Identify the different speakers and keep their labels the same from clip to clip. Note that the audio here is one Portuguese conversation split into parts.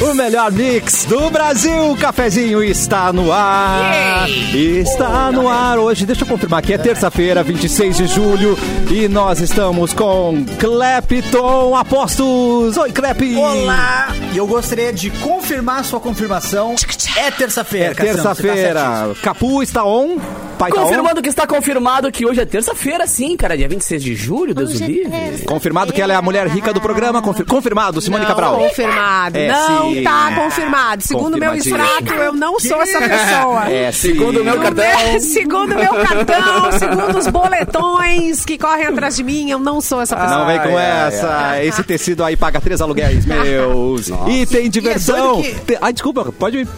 Speaker 1: O melhor mix do Brasil, o cafezinho está no ar. Está no ar hoje. Deixa eu confirmar que é terça-feira, 26 de julho, e nós estamos com Clepton Apostos. Oi, Clep.
Speaker 2: Olá! E eu gostaria de confirmar sua confirmação. É terça-feira,
Speaker 1: É
Speaker 2: Cassiano, você tá certíssimo.
Speaker 1: terça-feira. Capu está on? Pai tá
Speaker 3: Então,
Speaker 1: on?
Speaker 4: Confirmando que está confirmado que hoje é terça-feira, sim, cara. Dia 26 de julho, Deus
Speaker 3: é
Speaker 4: o livre.
Speaker 1: Confirmado que ela é a mulher rica do programa. Confir- Confirmado, Simone
Speaker 3: não
Speaker 1: Cabral.
Speaker 3: confirmado.
Speaker 1: É,
Speaker 3: não
Speaker 1: sim.
Speaker 3: tá confirmado. Segundo meu
Speaker 1: Confirmadíssimo.
Speaker 3: extrato, eu não sou essa pessoa.
Speaker 1: É,
Speaker 4: Segundo o
Speaker 1: sim.
Speaker 4: meu
Speaker 3: Segundo
Speaker 4: cartão.
Speaker 3: meu- Segundo meu cartão, segundo os boletões que correm atrás de mim, eu não sou essa pessoa.
Speaker 1: Não vem com
Speaker 4: Ai, ai,
Speaker 1: essa. Esse tecido aí paga três aluguéis, meus. e tem diversão.
Speaker 2: doido que-
Speaker 1: Te- Ai, desculpa, pode ir.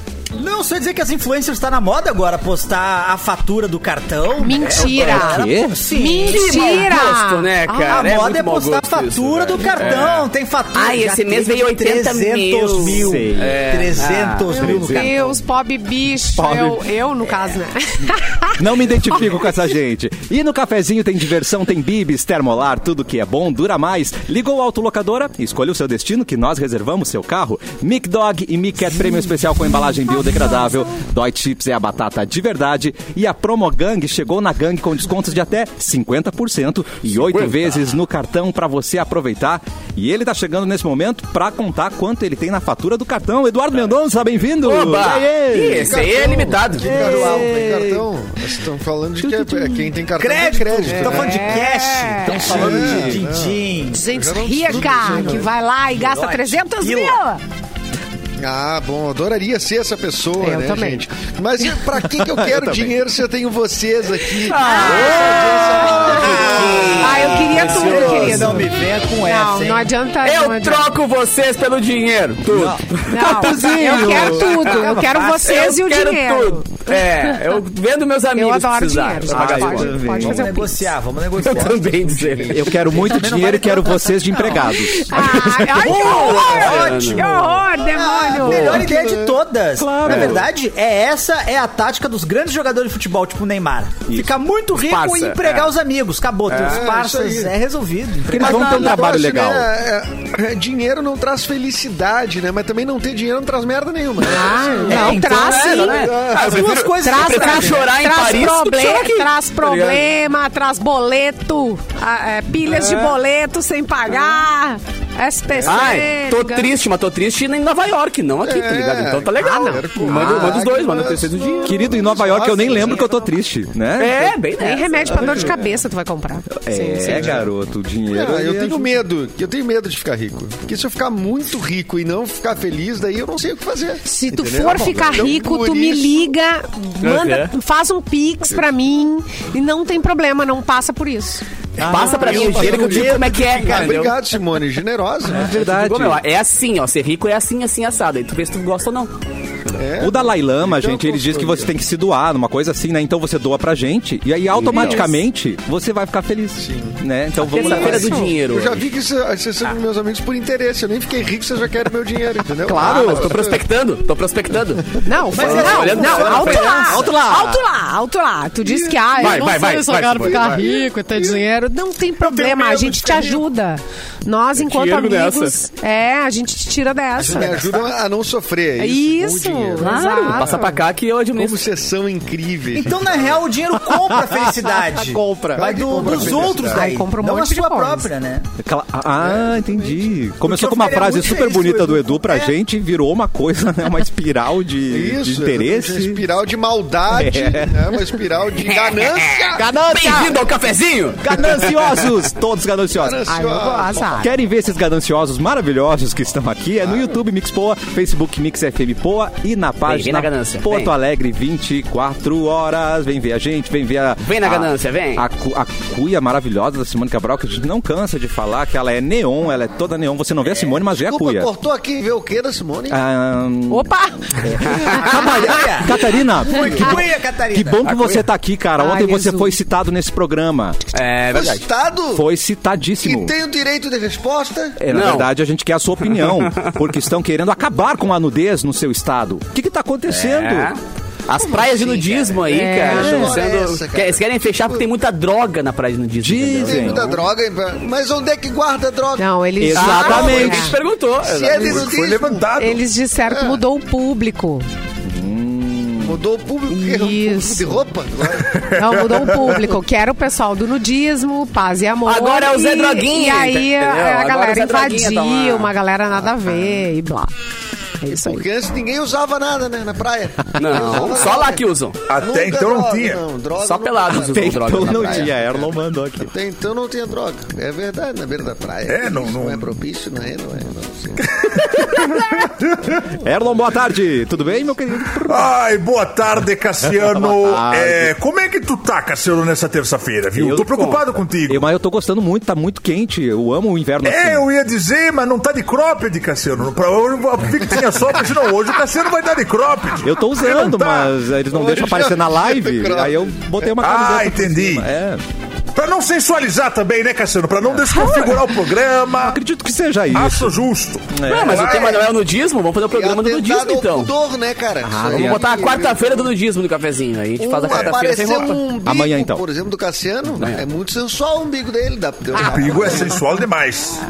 Speaker 2: Não, só dizer que as influencers tá na moda agora postar a fatura do cartão.
Speaker 3: Mentira.
Speaker 2: É,
Speaker 1: Quê?
Speaker 2: Sim.
Speaker 4: Que mau
Speaker 3: Mentira!
Speaker 4: gosto,
Speaker 3: Ah,
Speaker 4: né, cara?
Speaker 2: A
Speaker 4: É muito
Speaker 2: moda é
Speaker 4: mau
Speaker 2: postar a
Speaker 4: gosto isso, né?
Speaker 2: fatura do
Speaker 4: velho. É.
Speaker 2: cartão. Tem fatura.
Speaker 4: Ai,
Speaker 2: já
Speaker 4: esse mês
Speaker 2: teve
Speaker 4: veio 80
Speaker 2: 300 mil.
Speaker 1: Sei.
Speaker 4: É.
Speaker 2: 300 mil no
Speaker 3: Meu
Speaker 2: cartão.
Speaker 3: Deus, pobre bicho.
Speaker 1: Pobre-
Speaker 3: Eu, eu, no caso, né?
Speaker 1: Não me identifico com essa gente. E no cafezinho tem diversão, tem bibis, termolar, tudo que é bom dura mais. Ligou a autolocadora, escolha o seu destino que nós reservamos seu carro. Mic Dog e Mic Cat prêmio especial com embalagem biodegradável. Dói Chips é a batata de verdade. E a Promo Gang chegou na Gang com descontos de até 50% e oito vezes no cartão pra você aproveitar. E ele tá chegando nesse momento pra contar quanto ele tem na fatura do cartão. Eduardo Mendonça, bem-vindo!
Speaker 4: Oba!
Speaker 1: E aí?
Speaker 4: Ih, Esse aí é limitado.
Speaker 5: Que cartão, tem cartão. Estão falando de que é, é quem tem cartão
Speaker 2: Crédito.
Speaker 5: tem crédito.
Speaker 2: Estão
Speaker 5: né?
Speaker 2: falando de É. cash.
Speaker 4: É.
Speaker 2: Estão falando de din-din.
Speaker 3: É. Gente
Speaker 5: Eu não
Speaker 3: rica
Speaker 5: duvido,
Speaker 3: que
Speaker 5: né?
Speaker 3: vai lá e gasta
Speaker 2: Ótimo.
Speaker 3: 300 mil.
Speaker 2: Pila.
Speaker 5: Ah, bom, adoraria ser essa pessoa,
Speaker 3: Eu
Speaker 5: né,
Speaker 3: também.
Speaker 5: gente? Mas e pra que, que eu quero dinheiro se eu tenho vocês aqui?
Speaker 3: Ah, eu queria tudo, querido.
Speaker 2: Não me venha com
Speaker 3: Não,
Speaker 2: essa, hein?
Speaker 3: não adianta. não
Speaker 4: Eu
Speaker 3: adianta.
Speaker 4: troco vocês pelo dinheiro. Tudo.
Speaker 3: Não, eu quero tudo. Eu quero vocês e
Speaker 4: Ah, eu
Speaker 3: o
Speaker 4: quero
Speaker 3: dinheiro.
Speaker 4: tudo. É, eu vendo meus
Speaker 3: Eu
Speaker 4: amigos
Speaker 3: adoro
Speaker 4: precisar.
Speaker 3: dinheiro.
Speaker 4: pra pagar
Speaker 3: gente.
Speaker 4: as contas.
Speaker 3: Pode, pode
Speaker 2: Vamos
Speaker 3: fazer um pix.
Speaker 2: negociar, vamos negociar.
Speaker 4: Eu também dizer.
Speaker 1: Eu quero muito
Speaker 2: Também não
Speaker 1: dinheiro e
Speaker 2: vale
Speaker 1: quero
Speaker 2: tanto
Speaker 1: vocês de
Speaker 2: assim, não.
Speaker 1: empregados.
Speaker 3: Ah, ai, que horror! Que
Speaker 2: Ah,
Speaker 3: horror, demônio!
Speaker 2: melhor ideia de todas.
Speaker 1: Claro.
Speaker 2: Na verdade, é essa é a tática dos grandes jogadores de futebol, tipo o Neymar. Ficar muito rico
Speaker 4: parça,
Speaker 2: e empregar
Speaker 4: é.
Speaker 2: os amigos. Acabou, tem os
Speaker 5: É,
Speaker 2: parças,
Speaker 5: isso aí.
Speaker 2: é resolvido.
Speaker 1: Porque eles
Speaker 5: Mas
Speaker 1: vão
Speaker 5: na-
Speaker 1: ter um
Speaker 5: na
Speaker 1: trabalho
Speaker 5: negócio,
Speaker 1: legal.
Speaker 5: né, é, é, dinheiro não traz felicidade, né? Mas também não ter dinheiro não traz merda nenhuma. né?
Speaker 3: Ah,
Speaker 5: Isso-
Speaker 3: não,
Speaker 2: então,
Speaker 3: traz
Speaker 4: é,
Speaker 3: sim.
Speaker 4: né? Ah, eu
Speaker 2: As duas
Speaker 4: prefiro-
Speaker 2: coisas
Speaker 4: eu
Speaker 3: Traz,
Speaker 4: prefiro
Speaker 3: traz,
Speaker 4: chorar em
Speaker 3: traz
Speaker 4: Paris do que chorar
Speaker 3: problema,
Speaker 4: aqui.
Speaker 3: traz
Speaker 4: Tá ligado?
Speaker 3: problema, traz boleto, ah, é, pilhas de boleto sem pagar, SPC.
Speaker 4: Ai, tô
Speaker 3: ganha-
Speaker 4: triste, mas tô triste em Nova York, não aqui, tá ligado? Então tá legal.
Speaker 5: Ah, não.
Speaker 4: Manda, manda os dois,
Speaker 5: Ah,
Speaker 4: manda o terceiro do dinheiro.
Speaker 1: Querido, em Nova York eu nem lembro que eu tô triste, né?
Speaker 4: É, bem
Speaker 3: Nem
Speaker 4: nessa.
Speaker 3: remédio pra dor de cabeça tu vai comprar.
Speaker 1: É,
Speaker 3: Sim, sim.
Speaker 1: garoto, o dinheiro.
Speaker 5: Ah, eu
Speaker 1: é-
Speaker 5: tenho medo, eu tenho medo de ficar rico. Porque se eu ficar muito rico e não ficar feliz, daí eu não sei o que fazer.
Speaker 3: Se tu
Speaker 5: Entendeu?
Speaker 3: for
Speaker 5: Então,
Speaker 3: ficar rico,
Speaker 5: por
Speaker 3: tu me
Speaker 5: isso-
Speaker 3: liga, manda,
Speaker 4: Ok.
Speaker 3: faz um pix pra mim e não tem problema, não passa por isso.
Speaker 4: Passa
Speaker 3: Ah,
Speaker 4: pra mim o dinheiro que eu digo como é que é.
Speaker 5: Ah,
Speaker 4: entendeu?
Speaker 5: obrigado, Simone, generosa. né?
Speaker 1: É verdade.
Speaker 4: Digo, meu, é assim, ó. Ser rico é assim, assim, assado. Aí tu vê se tu gosta ou não.
Speaker 5: É.
Speaker 1: O Dalai Lama,
Speaker 5: Então,
Speaker 1: gente, ele diz que
Speaker 5: consultoria.
Speaker 1: você tem que se doar, numa coisa assim, né? Então você doa pra gente e aí automaticamente você vai ficar feliz. Né? Então vamos lá.
Speaker 4: Terça-feira do dinheiro. Ah,
Speaker 5: Eu já vi que isso- vocês são meus amigos por interesse. Eu nem fiquei rico, vocês já querem meu dinheiro, entendeu?
Speaker 4: Ah,
Speaker 5: Claro,
Speaker 4: mas tô prospectando, tô prospectando.
Speaker 3: Não,
Speaker 2: Mas
Speaker 3: não,
Speaker 2: é
Speaker 3: não,
Speaker 4: olhando fora,
Speaker 3: alto,
Speaker 4: foi
Speaker 3: lá,
Speaker 4: antes.
Speaker 3: alto lá, alto lá, alto lá. Tu disse que, ah,
Speaker 4: Vai,
Speaker 3: eu não
Speaker 4: vai,
Speaker 3: sei,
Speaker 4: vai,
Speaker 3: eu só
Speaker 4: vai,
Speaker 3: quero
Speaker 4: vai,
Speaker 3: ficar
Speaker 5: vai.
Speaker 3: rico e ter dinheiro. Não tem problema,
Speaker 2: medo
Speaker 3: a
Speaker 2: de
Speaker 3: gente te
Speaker 2: ficar rico.
Speaker 3: ajuda. Nós, enquanto
Speaker 4: ergo
Speaker 3: amigos,
Speaker 4: dessa.
Speaker 3: é, a gente te tira dessa.
Speaker 5: Me ajudam a não sofrer. é Isso.
Speaker 3: Isso,
Speaker 5: com o dinheiro.
Speaker 3: claro.
Speaker 4: Passa pra cá que eu
Speaker 5: Como
Speaker 4: administro.
Speaker 5: vocês são incríveis.
Speaker 2: Então, na real, o dinheiro compra a felicidade.
Speaker 4: Compra.
Speaker 2: Mas do-
Speaker 5: Compra a
Speaker 2: dos
Speaker 5: felicidade.
Speaker 2: outros daí.
Speaker 3: Ai, compra um
Speaker 2: não a
Speaker 3: monte de
Speaker 2: sua
Speaker 3: coisa.
Speaker 2: própria, né?
Speaker 1: Cla- Ah, entendi. Começou
Speaker 2: eu
Speaker 1: com uma
Speaker 2: ficaria
Speaker 1: frase
Speaker 2: muito
Speaker 1: super
Speaker 2: feliz
Speaker 1: bonita
Speaker 2: se o
Speaker 1: do
Speaker 2: Edu
Speaker 1: Edu pra
Speaker 2: puder.
Speaker 1: gente, virou uma coisa, né? Uma espiral de, de
Speaker 5: Isso, uma
Speaker 1: interesse.
Speaker 5: espiral de maldade, né? uma espiral de ganância.
Speaker 4: Bem-vindo ao cafezinho!
Speaker 1: Gananciosos! Todos gananciosos.
Speaker 3: Ai, eu gosto, ah,
Speaker 1: Querem ver esses gananciosos maravilhosos que estão aqui? É no YouTube Mix Poa, Facebook Mix FM Poa e na
Speaker 4: vem
Speaker 1: página
Speaker 4: na ganância,
Speaker 1: Porto
Speaker 4: vem.
Speaker 1: Alegre 24 horas. Vem ver a gente, vem ver a.
Speaker 4: Vem na
Speaker 1: a-
Speaker 4: ganância, vem.
Speaker 1: A, cu- a cuia maravilhosa da Simone Cabral, que a gente não cansa de falar que ela é neon, ela é toda neon. Você não vê a Simone, mas vê a
Speaker 5: Desculpa,
Speaker 1: cuia.
Speaker 5: cortou aqui, vê o que da Simone?
Speaker 1: Ah,
Speaker 3: Opa!
Speaker 4: Ah,
Speaker 2: Olha,
Speaker 1: Catarina, que, bo-
Speaker 2: cuia, Catarina.
Speaker 1: que bom que você tá aqui, cara. Ontem
Speaker 3: Ai,
Speaker 1: você
Speaker 3: Jesus.
Speaker 1: foi citado nesse programa.
Speaker 4: É
Speaker 5: o
Speaker 4: verdade.
Speaker 5: Estado
Speaker 1: Foi
Speaker 5: que
Speaker 1: citadíssimo.
Speaker 5: tem o direito de resposta.
Speaker 1: É, na
Speaker 4: Não.
Speaker 1: verdade, a gente quer a sua opinião, porque estão querendo acabar com a nudez no seu estado. O que está tá acontecendo?
Speaker 4: É. As praias de
Speaker 5: assim,
Speaker 4: nudismo aí,
Speaker 3: É.
Speaker 4: cara, estão
Speaker 5: Olha
Speaker 4: sendo.
Speaker 5: essa, cara.
Speaker 4: Eles querem fechar porque tem muita droga na praia de nudismo.
Speaker 1: Dizem.
Speaker 5: Tem
Speaker 1: Sim.
Speaker 5: muita droga, mas onde é que guarda a droga?
Speaker 3: Não, eles
Speaker 4: Exatamente.
Speaker 3: Ah,
Speaker 4: Alguém te perguntou.
Speaker 5: Se é de nudismo,
Speaker 6: Foi levantado.
Speaker 3: Eles disseram que mudou o público.
Speaker 5: mudou o público que era um público
Speaker 3: Isso.
Speaker 5: de roupa. é? agora.
Speaker 3: Não, mudou o público, que era o pessoal do nudismo, paz e amor.
Speaker 4: Agora é o Zé
Speaker 3: E-
Speaker 4: Droguinha,
Speaker 3: E aí
Speaker 4: entendeu?
Speaker 3: a- a,
Speaker 4: Agora é o
Speaker 3: galera
Speaker 4: Zé Droguinha Ah.
Speaker 3: invadiu,
Speaker 4: tá lá.
Speaker 3: uma galera nada a ver e blá. É isso aí.
Speaker 5: Porque antes ninguém usava nada, né? Na praia.
Speaker 4: Não,
Speaker 5: Ninguém
Speaker 4: só
Speaker 5: usava
Speaker 4: lá
Speaker 5: nada.
Speaker 4: que usam.
Speaker 6: Até
Speaker 5: Nunca
Speaker 6: então não
Speaker 5: droga,
Speaker 6: tinha.
Speaker 5: droga
Speaker 4: Só
Speaker 5: não-
Speaker 4: pelados usam
Speaker 1: Tem,
Speaker 4: droga
Speaker 1: então
Speaker 4: na
Speaker 1: não
Speaker 4: praia.
Speaker 1: tinha. Erlon mandou aqui.
Speaker 5: Até então não tinha droga. É verdade, na beira da praia.
Speaker 6: É, não-
Speaker 5: Isso
Speaker 6: não-
Speaker 5: é propício, não é? Não é, não sei.
Speaker 1: Erlon, boa tarde. Tudo bem, meu querido?
Speaker 6: Ai, boa tarde, Cassiano.
Speaker 1: Boa tarde.
Speaker 6: É, como é que tu tá, Cassiano, nessa terça-feira, viu?
Speaker 1: Eu
Speaker 6: tô preocupado contigo.
Speaker 1: Eu, mas eu tô gostando muito, tá muito quente. Eu amo o inverno assim.
Speaker 6: É, eu ia dizer, mas não tá de cropped, Cassiano. Pra hoje eu vi que tinha só, mas não, hoje o Cassiano vai dar de cropped.
Speaker 1: Eu tô usando,
Speaker 6: Não tá.
Speaker 1: mas eles não
Speaker 5: Hoje
Speaker 1: deixam aparecer na live.
Speaker 5: Cropped.
Speaker 1: Aí eu botei uma
Speaker 6: Ah,
Speaker 1: camiseta. por
Speaker 6: entendi.
Speaker 1: cima. É,
Speaker 6: Pra não sensualizar também, né, Cassiano? Pra não desconfigurar o programa.
Speaker 1: acredito que seja isso.
Speaker 6: Acho justo.
Speaker 4: Não, mas o tema não é o nudismo, vamos fazer o
Speaker 5: E
Speaker 4: programa do
Speaker 5: atentado
Speaker 4: nudismo
Speaker 5: ao
Speaker 4: então.
Speaker 5: pudor, né, cara? Isso aí.
Speaker 4: Vamos botar a quarta-feira do nudismo no cafezinho. Aí a gente faz a
Speaker 5: Um
Speaker 4: quarta-feira sem
Speaker 5: apareceu
Speaker 4: roupa.
Speaker 5: um umbigo,
Speaker 1: Amanhã, então.
Speaker 5: Por exemplo, do Cassiano,
Speaker 4: Amanhã. Ah,
Speaker 5: é muito sensual o umbigo dele. Dá, deu errado.
Speaker 6: Umbigo é sensual demais.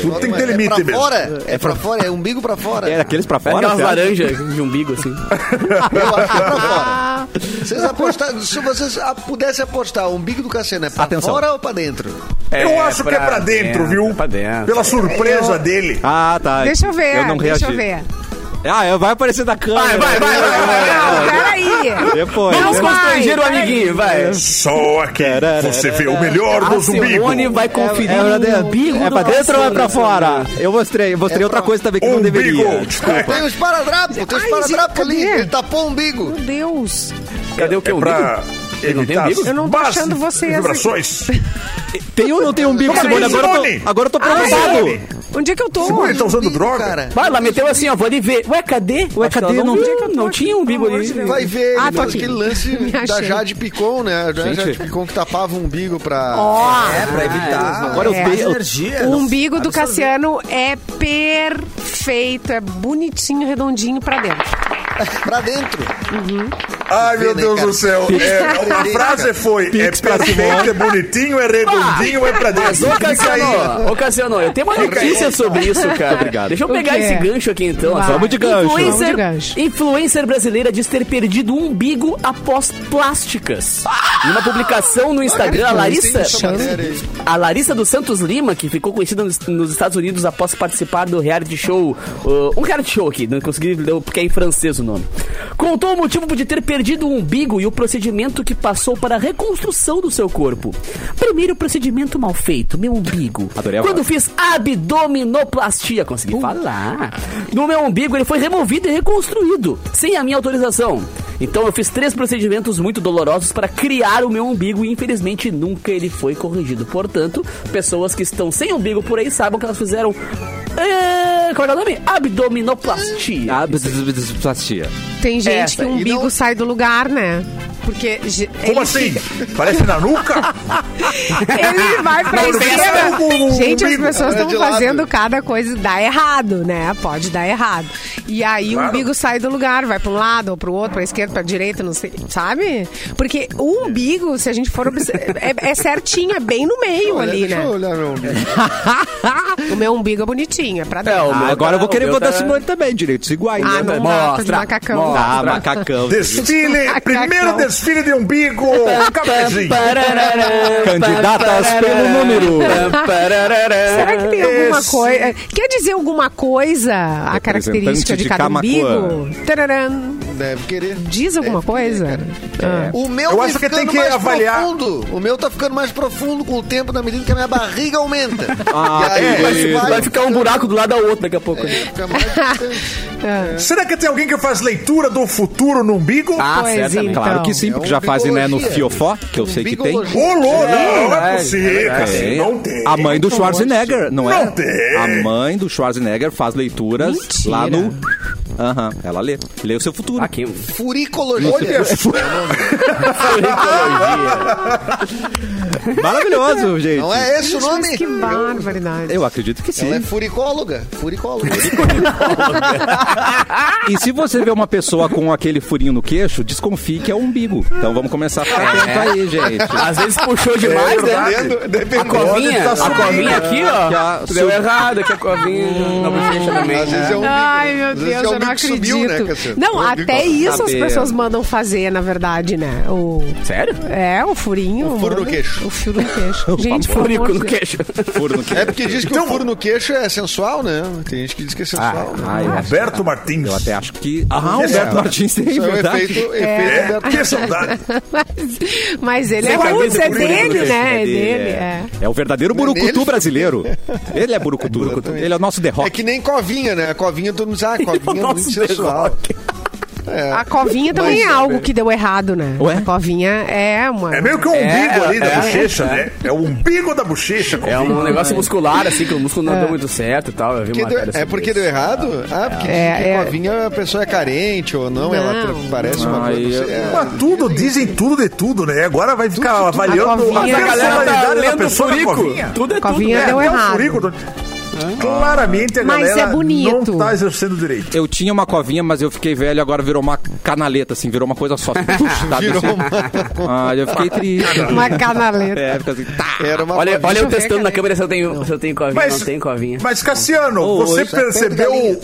Speaker 6: Tudo tem que ter limite
Speaker 5: é pra
Speaker 6: mesmo.
Speaker 5: Fora, é pra fora, é umbigo pra fora.
Speaker 1: É aqueles pra
Speaker 4: Pega
Speaker 1: fora?
Speaker 4: aquelas
Speaker 1: você acha?
Speaker 4: laranjas de umbigo, assim.
Speaker 5: Eu acho que é pra fora. Vocês apostaram, se vocês ah, pudessem apostar, o umbigo do Cassiano é pra
Speaker 1: Atenção.
Speaker 5: fora ou pra dentro?
Speaker 6: eu acho que é pra dentro, viu?
Speaker 4: é pra dentro.
Speaker 6: Pela surpresa dele.
Speaker 1: Ah, tá.
Speaker 3: Deixa eu ver,
Speaker 1: Eu não
Speaker 3: deixa eu
Speaker 1: reagi.
Speaker 3: ver.
Speaker 1: Ah, é, vai aparecer da câmera.
Speaker 4: vai, vai, vai, vai,
Speaker 3: Não, peraí.
Speaker 1: Depois.
Speaker 4: Vamos
Speaker 1: né?
Speaker 3: vai,
Speaker 4: constranger o
Speaker 3: peraí.
Speaker 4: amiguinho, vai.
Speaker 6: Só aqui você vê o melhor
Speaker 4: A
Speaker 6: dos
Speaker 4: Simone
Speaker 6: umbigos.
Speaker 4: vai
Speaker 1: É,
Speaker 4: conferir
Speaker 1: pra
Speaker 4: o
Speaker 1: dentro.
Speaker 4: umbigo
Speaker 1: É
Speaker 4: do
Speaker 1: pra dentro ou é
Speaker 4: Cassiano,
Speaker 1: pra
Speaker 4: seu
Speaker 1: fora?
Speaker 4: amigo.
Speaker 1: Eu mostrei, eu mostrei
Speaker 6: É
Speaker 1: outra coisa também
Speaker 6: um
Speaker 1: que não deveria.
Speaker 6: Desculpa.
Speaker 5: Tem os paradrapos, tem os
Speaker 3: Ai,
Speaker 5: paradrapos
Speaker 3: gente,
Speaker 5: ali,
Speaker 3: cadê?
Speaker 5: ele tapou o umbigo.
Speaker 3: Meu Deus.
Speaker 4: Cadê o que?
Speaker 6: É
Speaker 4: o
Speaker 6: pra
Speaker 4: umbigo? Ele não tem
Speaker 6: evitar
Speaker 4: umbigo?
Speaker 3: Eu não tô achando vocês
Speaker 6: vibrações.
Speaker 1: Tem ou não tem um bico,
Speaker 6: Peraí,
Speaker 1: Simone? Agora eu
Speaker 6: Simone! Ah,
Speaker 1: tô, agora eu tô preocupado.
Speaker 6: Simone!
Speaker 3: Onde é que eu tô?
Speaker 6: Simone
Speaker 4: então.
Speaker 6: tá usando
Speaker 5: Umbigo,
Speaker 6: droga?
Speaker 5: Cara.
Speaker 4: Vai lá, meteu assim, ó, vou ali ver. Ué, cadê? Ué,
Speaker 1: cadê? Não
Speaker 4: Não,
Speaker 1: vi.
Speaker 4: viu? não tinha um umbigo
Speaker 3: Pelo amor
Speaker 4: ali.
Speaker 3: de Deus.
Speaker 5: Vai ver,
Speaker 3: Ah,
Speaker 5: ah,
Speaker 3: tô aqui.
Speaker 5: aquele lance
Speaker 3: Me
Speaker 5: da
Speaker 3: achei.
Speaker 5: Jade Picon, né? Da
Speaker 1: Gente.
Speaker 5: Jade Picon que tapava o umbigo pra...
Speaker 3: Ó,
Speaker 2: É, pra evitar.
Speaker 1: Agora eu
Speaker 3: É,
Speaker 1: dei-
Speaker 2: as
Speaker 1: eu-
Speaker 2: energias.
Speaker 3: o umbigo do
Speaker 2: Absorver.
Speaker 3: Cassiano é perfeito, é bonitinho, redondinho pra dentro.
Speaker 5: pra dentro.
Speaker 6: Ai, meu
Speaker 5: Vê, né,
Speaker 6: Deus
Speaker 5: cara?
Speaker 6: do céu. É, a frase foi: é perfeito, é bonitinho, é redondinho, é pra
Speaker 4: Mas,
Speaker 6: dentro.
Speaker 4: ô
Speaker 6: Fica aí.
Speaker 4: Cassiano, ô Cassiano, eu tenho uma notícia sobre isso, cara.
Speaker 1: Obrigado.
Speaker 4: Deixa eu
Speaker 3: O
Speaker 4: pegar
Speaker 3: quê?
Speaker 4: esse gancho aqui então.
Speaker 3: Vai.
Speaker 1: Vamos de gancho.
Speaker 3: Vamos de
Speaker 4: Influencer,
Speaker 3: gancho.
Speaker 4: influencer brasileira diz ter perdido um umbigo após plásticas.
Speaker 1: Ah!
Speaker 4: Em uma publicação no
Speaker 3: É
Speaker 4: Instagram, a Larissa,
Speaker 5: Essa matéria aí.
Speaker 4: a Larissa dos Santos Lima, que ficou conhecida nos, nos Estados Unidos após participar do reality show, uh, um reality show aqui, não consegui ler porque é em francês o nome, contou o motivo de ter perdido o umbigo e o procedimento que passou para a reconstrução do seu corpo. Primeiro procedimento mal feito, meu umbigo.
Speaker 1: Adorei a
Speaker 4: Quando
Speaker 1: voz.
Speaker 4: fiz abdominoplastia, consegui falar. No meu umbigo ele foi removido e reconstruído, sem a minha autorização. Então eu fiz três procedimentos muito dolorosos para criar o meu umbigo e infelizmente nunca ele foi corrigido. Portanto, pessoas que estão sem umbigo por aí sabem que elas fizeram. É, qual é o nome? Abdominoplastia.
Speaker 1: Abdesplastia.
Speaker 3: Tem gente
Speaker 4: É Essa,
Speaker 3: que o
Speaker 4: e
Speaker 3: umbigo
Speaker 5: não-
Speaker 3: sai do lugar, né? Porque ge-
Speaker 6: Como
Speaker 3: ele,
Speaker 6: assim? Parece na nuca?
Speaker 3: ele vai pra
Speaker 6: Não, não pensa no- no-
Speaker 3: esquerda.
Speaker 6: no
Speaker 3: Gente, as
Speaker 6: umbigo.
Speaker 3: pessoas
Speaker 5: É
Speaker 3: estão
Speaker 5: de lado.
Speaker 3: fazendo cada coisa, dá errado, né? Pode dar errado. E aí o
Speaker 6: Claro.
Speaker 3: umbigo sai do lugar, vai pra um lado, ou pro outro, pra esquerda, pra direita, não sei, sabe? Porque o umbigo, se a gente for observar, é, é certinho, é bem no meio
Speaker 5: Olha,
Speaker 3: ali,
Speaker 5: deixa
Speaker 3: né?
Speaker 5: eu olhar meu umbigo.
Speaker 3: o meu umbigo é bonitinho, é pra dentro.
Speaker 4: o meu
Speaker 1: Ah, agora eu vou
Speaker 4: tá-
Speaker 1: querer
Speaker 4: o meu
Speaker 1: botar
Speaker 4: tá-
Speaker 1: Simone também, direitos iguais.
Speaker 3: Ah,
Speaker 1: né?
Speaker 3: não dá, tô de
Speaker 4: Mostra,
Speaker 3: macacão.
Speaker 4: mostra.
Speaker 1: Ah, macacão.
Speaker 6: Desfile,
Speaker 3: Macacão.
Speaker 6: primeiro desfile de umbigo. Cabezinho.
Speaker 1: Candidatas pelo número.
Speaker 3: Será que tem alguma
Speaker 6: Esse-
Speaker 3: coisa. Quer dizer alguma coisa a característica de
Speaker 1: de
Speaker 3: cada
Speaker 1: Camacuã.
Speaker 3: umbigo? Tararam.
Speaker 5: Deve querer.
Speaker 3: Diz alguma
Speaker 5: Deve
Speaker 3: coisa?
Speaker 5: querer,
Speaker 3: Ah.
Speaker 5: O meu
Speaker 6: Eu
Speaker 5: tá
Speaker 6: acho que
Speaker 5: ficando
Speaker 6: tem que
Speaker 5: mais
Speaker 6: avaliar.
Speaker 5: Profundo. O meu tá ficando mais profundo com o tempo, na medida que a minha barriga aumenta.
Speaker 1: Ah,
Speaker 6: é.
Speaker 5: aí
Speaker 1: beleza.
Speaker 5: vai-
Speaker 4: Vai ficar um buraco do lado da outra daqui a pouco.
Speaker 5: É, fica mais distante.
Speaker 6: Será que tem alguém que faz leitura do futuro no umbigo?
Speaker 4: Ah,
Speaker 3: Pois
Speaker 4: certamente.
Speaker 3: então.
Speaker 1: Claro que sim,
Speaker 5: É
Speaker 1: porque já
Speaker 5: uma
Speaker 1: fazem né, no
Speaker 5: biologia.
Speaker 1: Fiofó, que eu sei que tem.
Speaker 5: Bigologia.
Speaker 6: Ô, louco, não é
Speaker 4: vai,
Speaker 6: possível. assim, Não tem.
Speaker 1: A mãe do Schwarzenegger, não é?
Speaker 6: Não tem.
Speaker 1: A mãe do Schwarzenegger faz leituras
Speaker 3: Mentira.
Speaker 1: lá no Aham, ela lê. Lê o seu futuro.
Speaker 4: Aqui, um
Speaker 5: Furicologia.
Speaker 1: Maravilhoso, gente.
Speaker 5: Não é esse o nome?
Speaker 3: Mas que barbaridade.
Speaker 1: Eu acredito que sim.
Speaker 5: Ela é furicóloga. Furicóloga.
Speaker 1: E se você vê uma pessoa com aquele furinho no queixo, desconfie que é o umbigo. Então vamos começar a ficar
Speaker 4: É.
Speaker 1: atento aí, gente.
Speaker 4: às vezes puxou demais, né?
Speaker 5: Dependendo-
Speaker 4: A
Speaker 5: dependendo.
Speaker 4: covinha,
Speaker 6: Tá
Speaker 4: a covinha aqui,
Speaker 1: Que
Speaker 4: ó.
Speaker 1: a
Speaker 4: Tu deu
Speaker 1: su-
Speaker 4: errado, aqui a covinha na bochecha também.
Speaker 5: Às
Speaker 1: né?
Speaker 5: vezes é um bico.
Speaker 3: Ai, meu
Speaker 5: Às vezes
Speaker 3: Deus,
Speaker 5: é
Speaker 3: eu
Speaker 5: um
Speaker 3: não
Speaker 5: bico que
Speaker 3: acredito.
Speaker 5: sumiu, né, Cassiano?
Speaker 3: não,
Speaker 5: É um bico-
Speaker 3: até isso as
Speaker 1: saber.
Speaker 3: pessoas mandam fazer, na verdade, né? O...
Speaker 4: Sério?
Speaker 3: É, o furinho.
Speaker 5: O furo no
Speaker 3: manda-
Speaker 5: queixo.
Speaker 3: O furo no queixo. Gente, por
Speaker 4: Furico
Speaker 3: amor de
Speaker 4: no
Speaker 3: Deus.
Speaker 4: queixo.
Speaker 1: Furo no queixo.
Speaker 5: É porque diz que o furo no queixo é sensual, né? Tem gente que diz que é sensual. né?
Speaker 1: Então, Ah, eu acho-
Speaker 6: Alberto Martins.
Speaker 1: Eu até acho que. Ah, o
Speaker 6: É.
Speaker 1: Humberto Martins tem,
Speaker 5: Isso é um
Speaker 1: verdade.
Speaker 5: efeito, efeito
Speaker 6: É,
Speaker 5: Alberto
Speaker 6: que saudade.
Speaker 3: Mas, mas ele é
Speaker 4: Sem camisa,
Speaker 3: russo, é
Speaker 4: furo no
Speaker 3: dele,
Speaker 4: queixo,
Speaker 3: né? É
Speaker 1: é.
Speaker 3: dele, é.
Speaker 1: É o verdadeiro burucutu
Speaker 5: Nele-
Speaker 1: brasileiro. Ele é burucutu. Ele é o nosso The
Speaker 5: É
Speaker 1: Rock.
Speaker 5: que nem covinha, né? A covinha todo mundo diz, ah, covinha é muito
Speaker 4: Nossa,
Speaker 5: sensual.
Speaker 3: A covinha também
Speaker 5: Mas-
Speaker 3: é algo que deu errado, né?
Speaker 1: Ué?
Speaker 3: A covinha é uma.
Speaker 6: É meio que o umbigo ali da
Speaker 4: é,
Speaker 6: bochecha, né? É o umbigo da bochecha.
Speaker 4: É um negócio muscular, assim, que o músculo não deu muito certo e tal. Eu vi
Speaker 5: Porque
Speaker 4: uma assim
Speaker 5: deu-
Speaker 4: matéria
Speaker 5: é
Speaker 4: sobre
Speaker 5: porque
Speaker 1: assim.
Speaker 4: isso.
Speaker 5: deu errado? Ah, porque
Speaker 3: É,
Speaker 5: dizem que
Speaker 3: é.
Speaker 5: covinha a pessoa é carente ou não, ela tra-
Speaker 3: Não.
Speaker 5: parece uma
Speaker 1: Ai,
Speaker 5: coisa.
Speaker 1: eu-
Speaker 5: é.
Speaker 6: Mas tudo, dizem tudo de tudo, né? Agora vai ficar avaliando
Speaker 3: covinha.
Speaker 6: a
Speaker 3: Mas a
Speaker 4: galera tá
Speaker 6: personalidade da
Speaker 4: lendo
Speaker 6: pessoa na
Speaker 4: furico.
Speaker 6: covinha.
Speaker 4: Tudo é
Speaker 3: Covinha
Speaker 4: tudo,
Speaker 3: deu
Speaker 4: né?
Speaker 6: É o
Speaker 3: errado.
Speaker 6: furico do- Claramente a
Speaker 3: Mas
Speaker 6: galera
Speaker 3: é bonito.
Speaker 6: não tá exercendo direito.
Speaker 1: Eu tinha uma covinha, mas eu fiquei velho, agora virou uma canaleta, assim, virou uma coisa só. Puxa, tá,
Speaker 5: Virou
Speaker 1: assim. Ah, eu fiquei triste.
Speaker 3: Uma canaleta.
Speaker 1: É, fica assim, tá.
Speaker 5: Era uma
Speaker 4: Olha,
Speaker 5: covinha.
Speaker 4: olha eu
Speaker 3: ver,
Speaker 4: testando
Speaker 3: cadê?
Speaker 4: na câmera se eu tenho, se eu tenho covinha, não tenho covinha.
Speaker 6: Mas, Cassiano, você
Speaker 5: isso é
Speaker 6: percebeu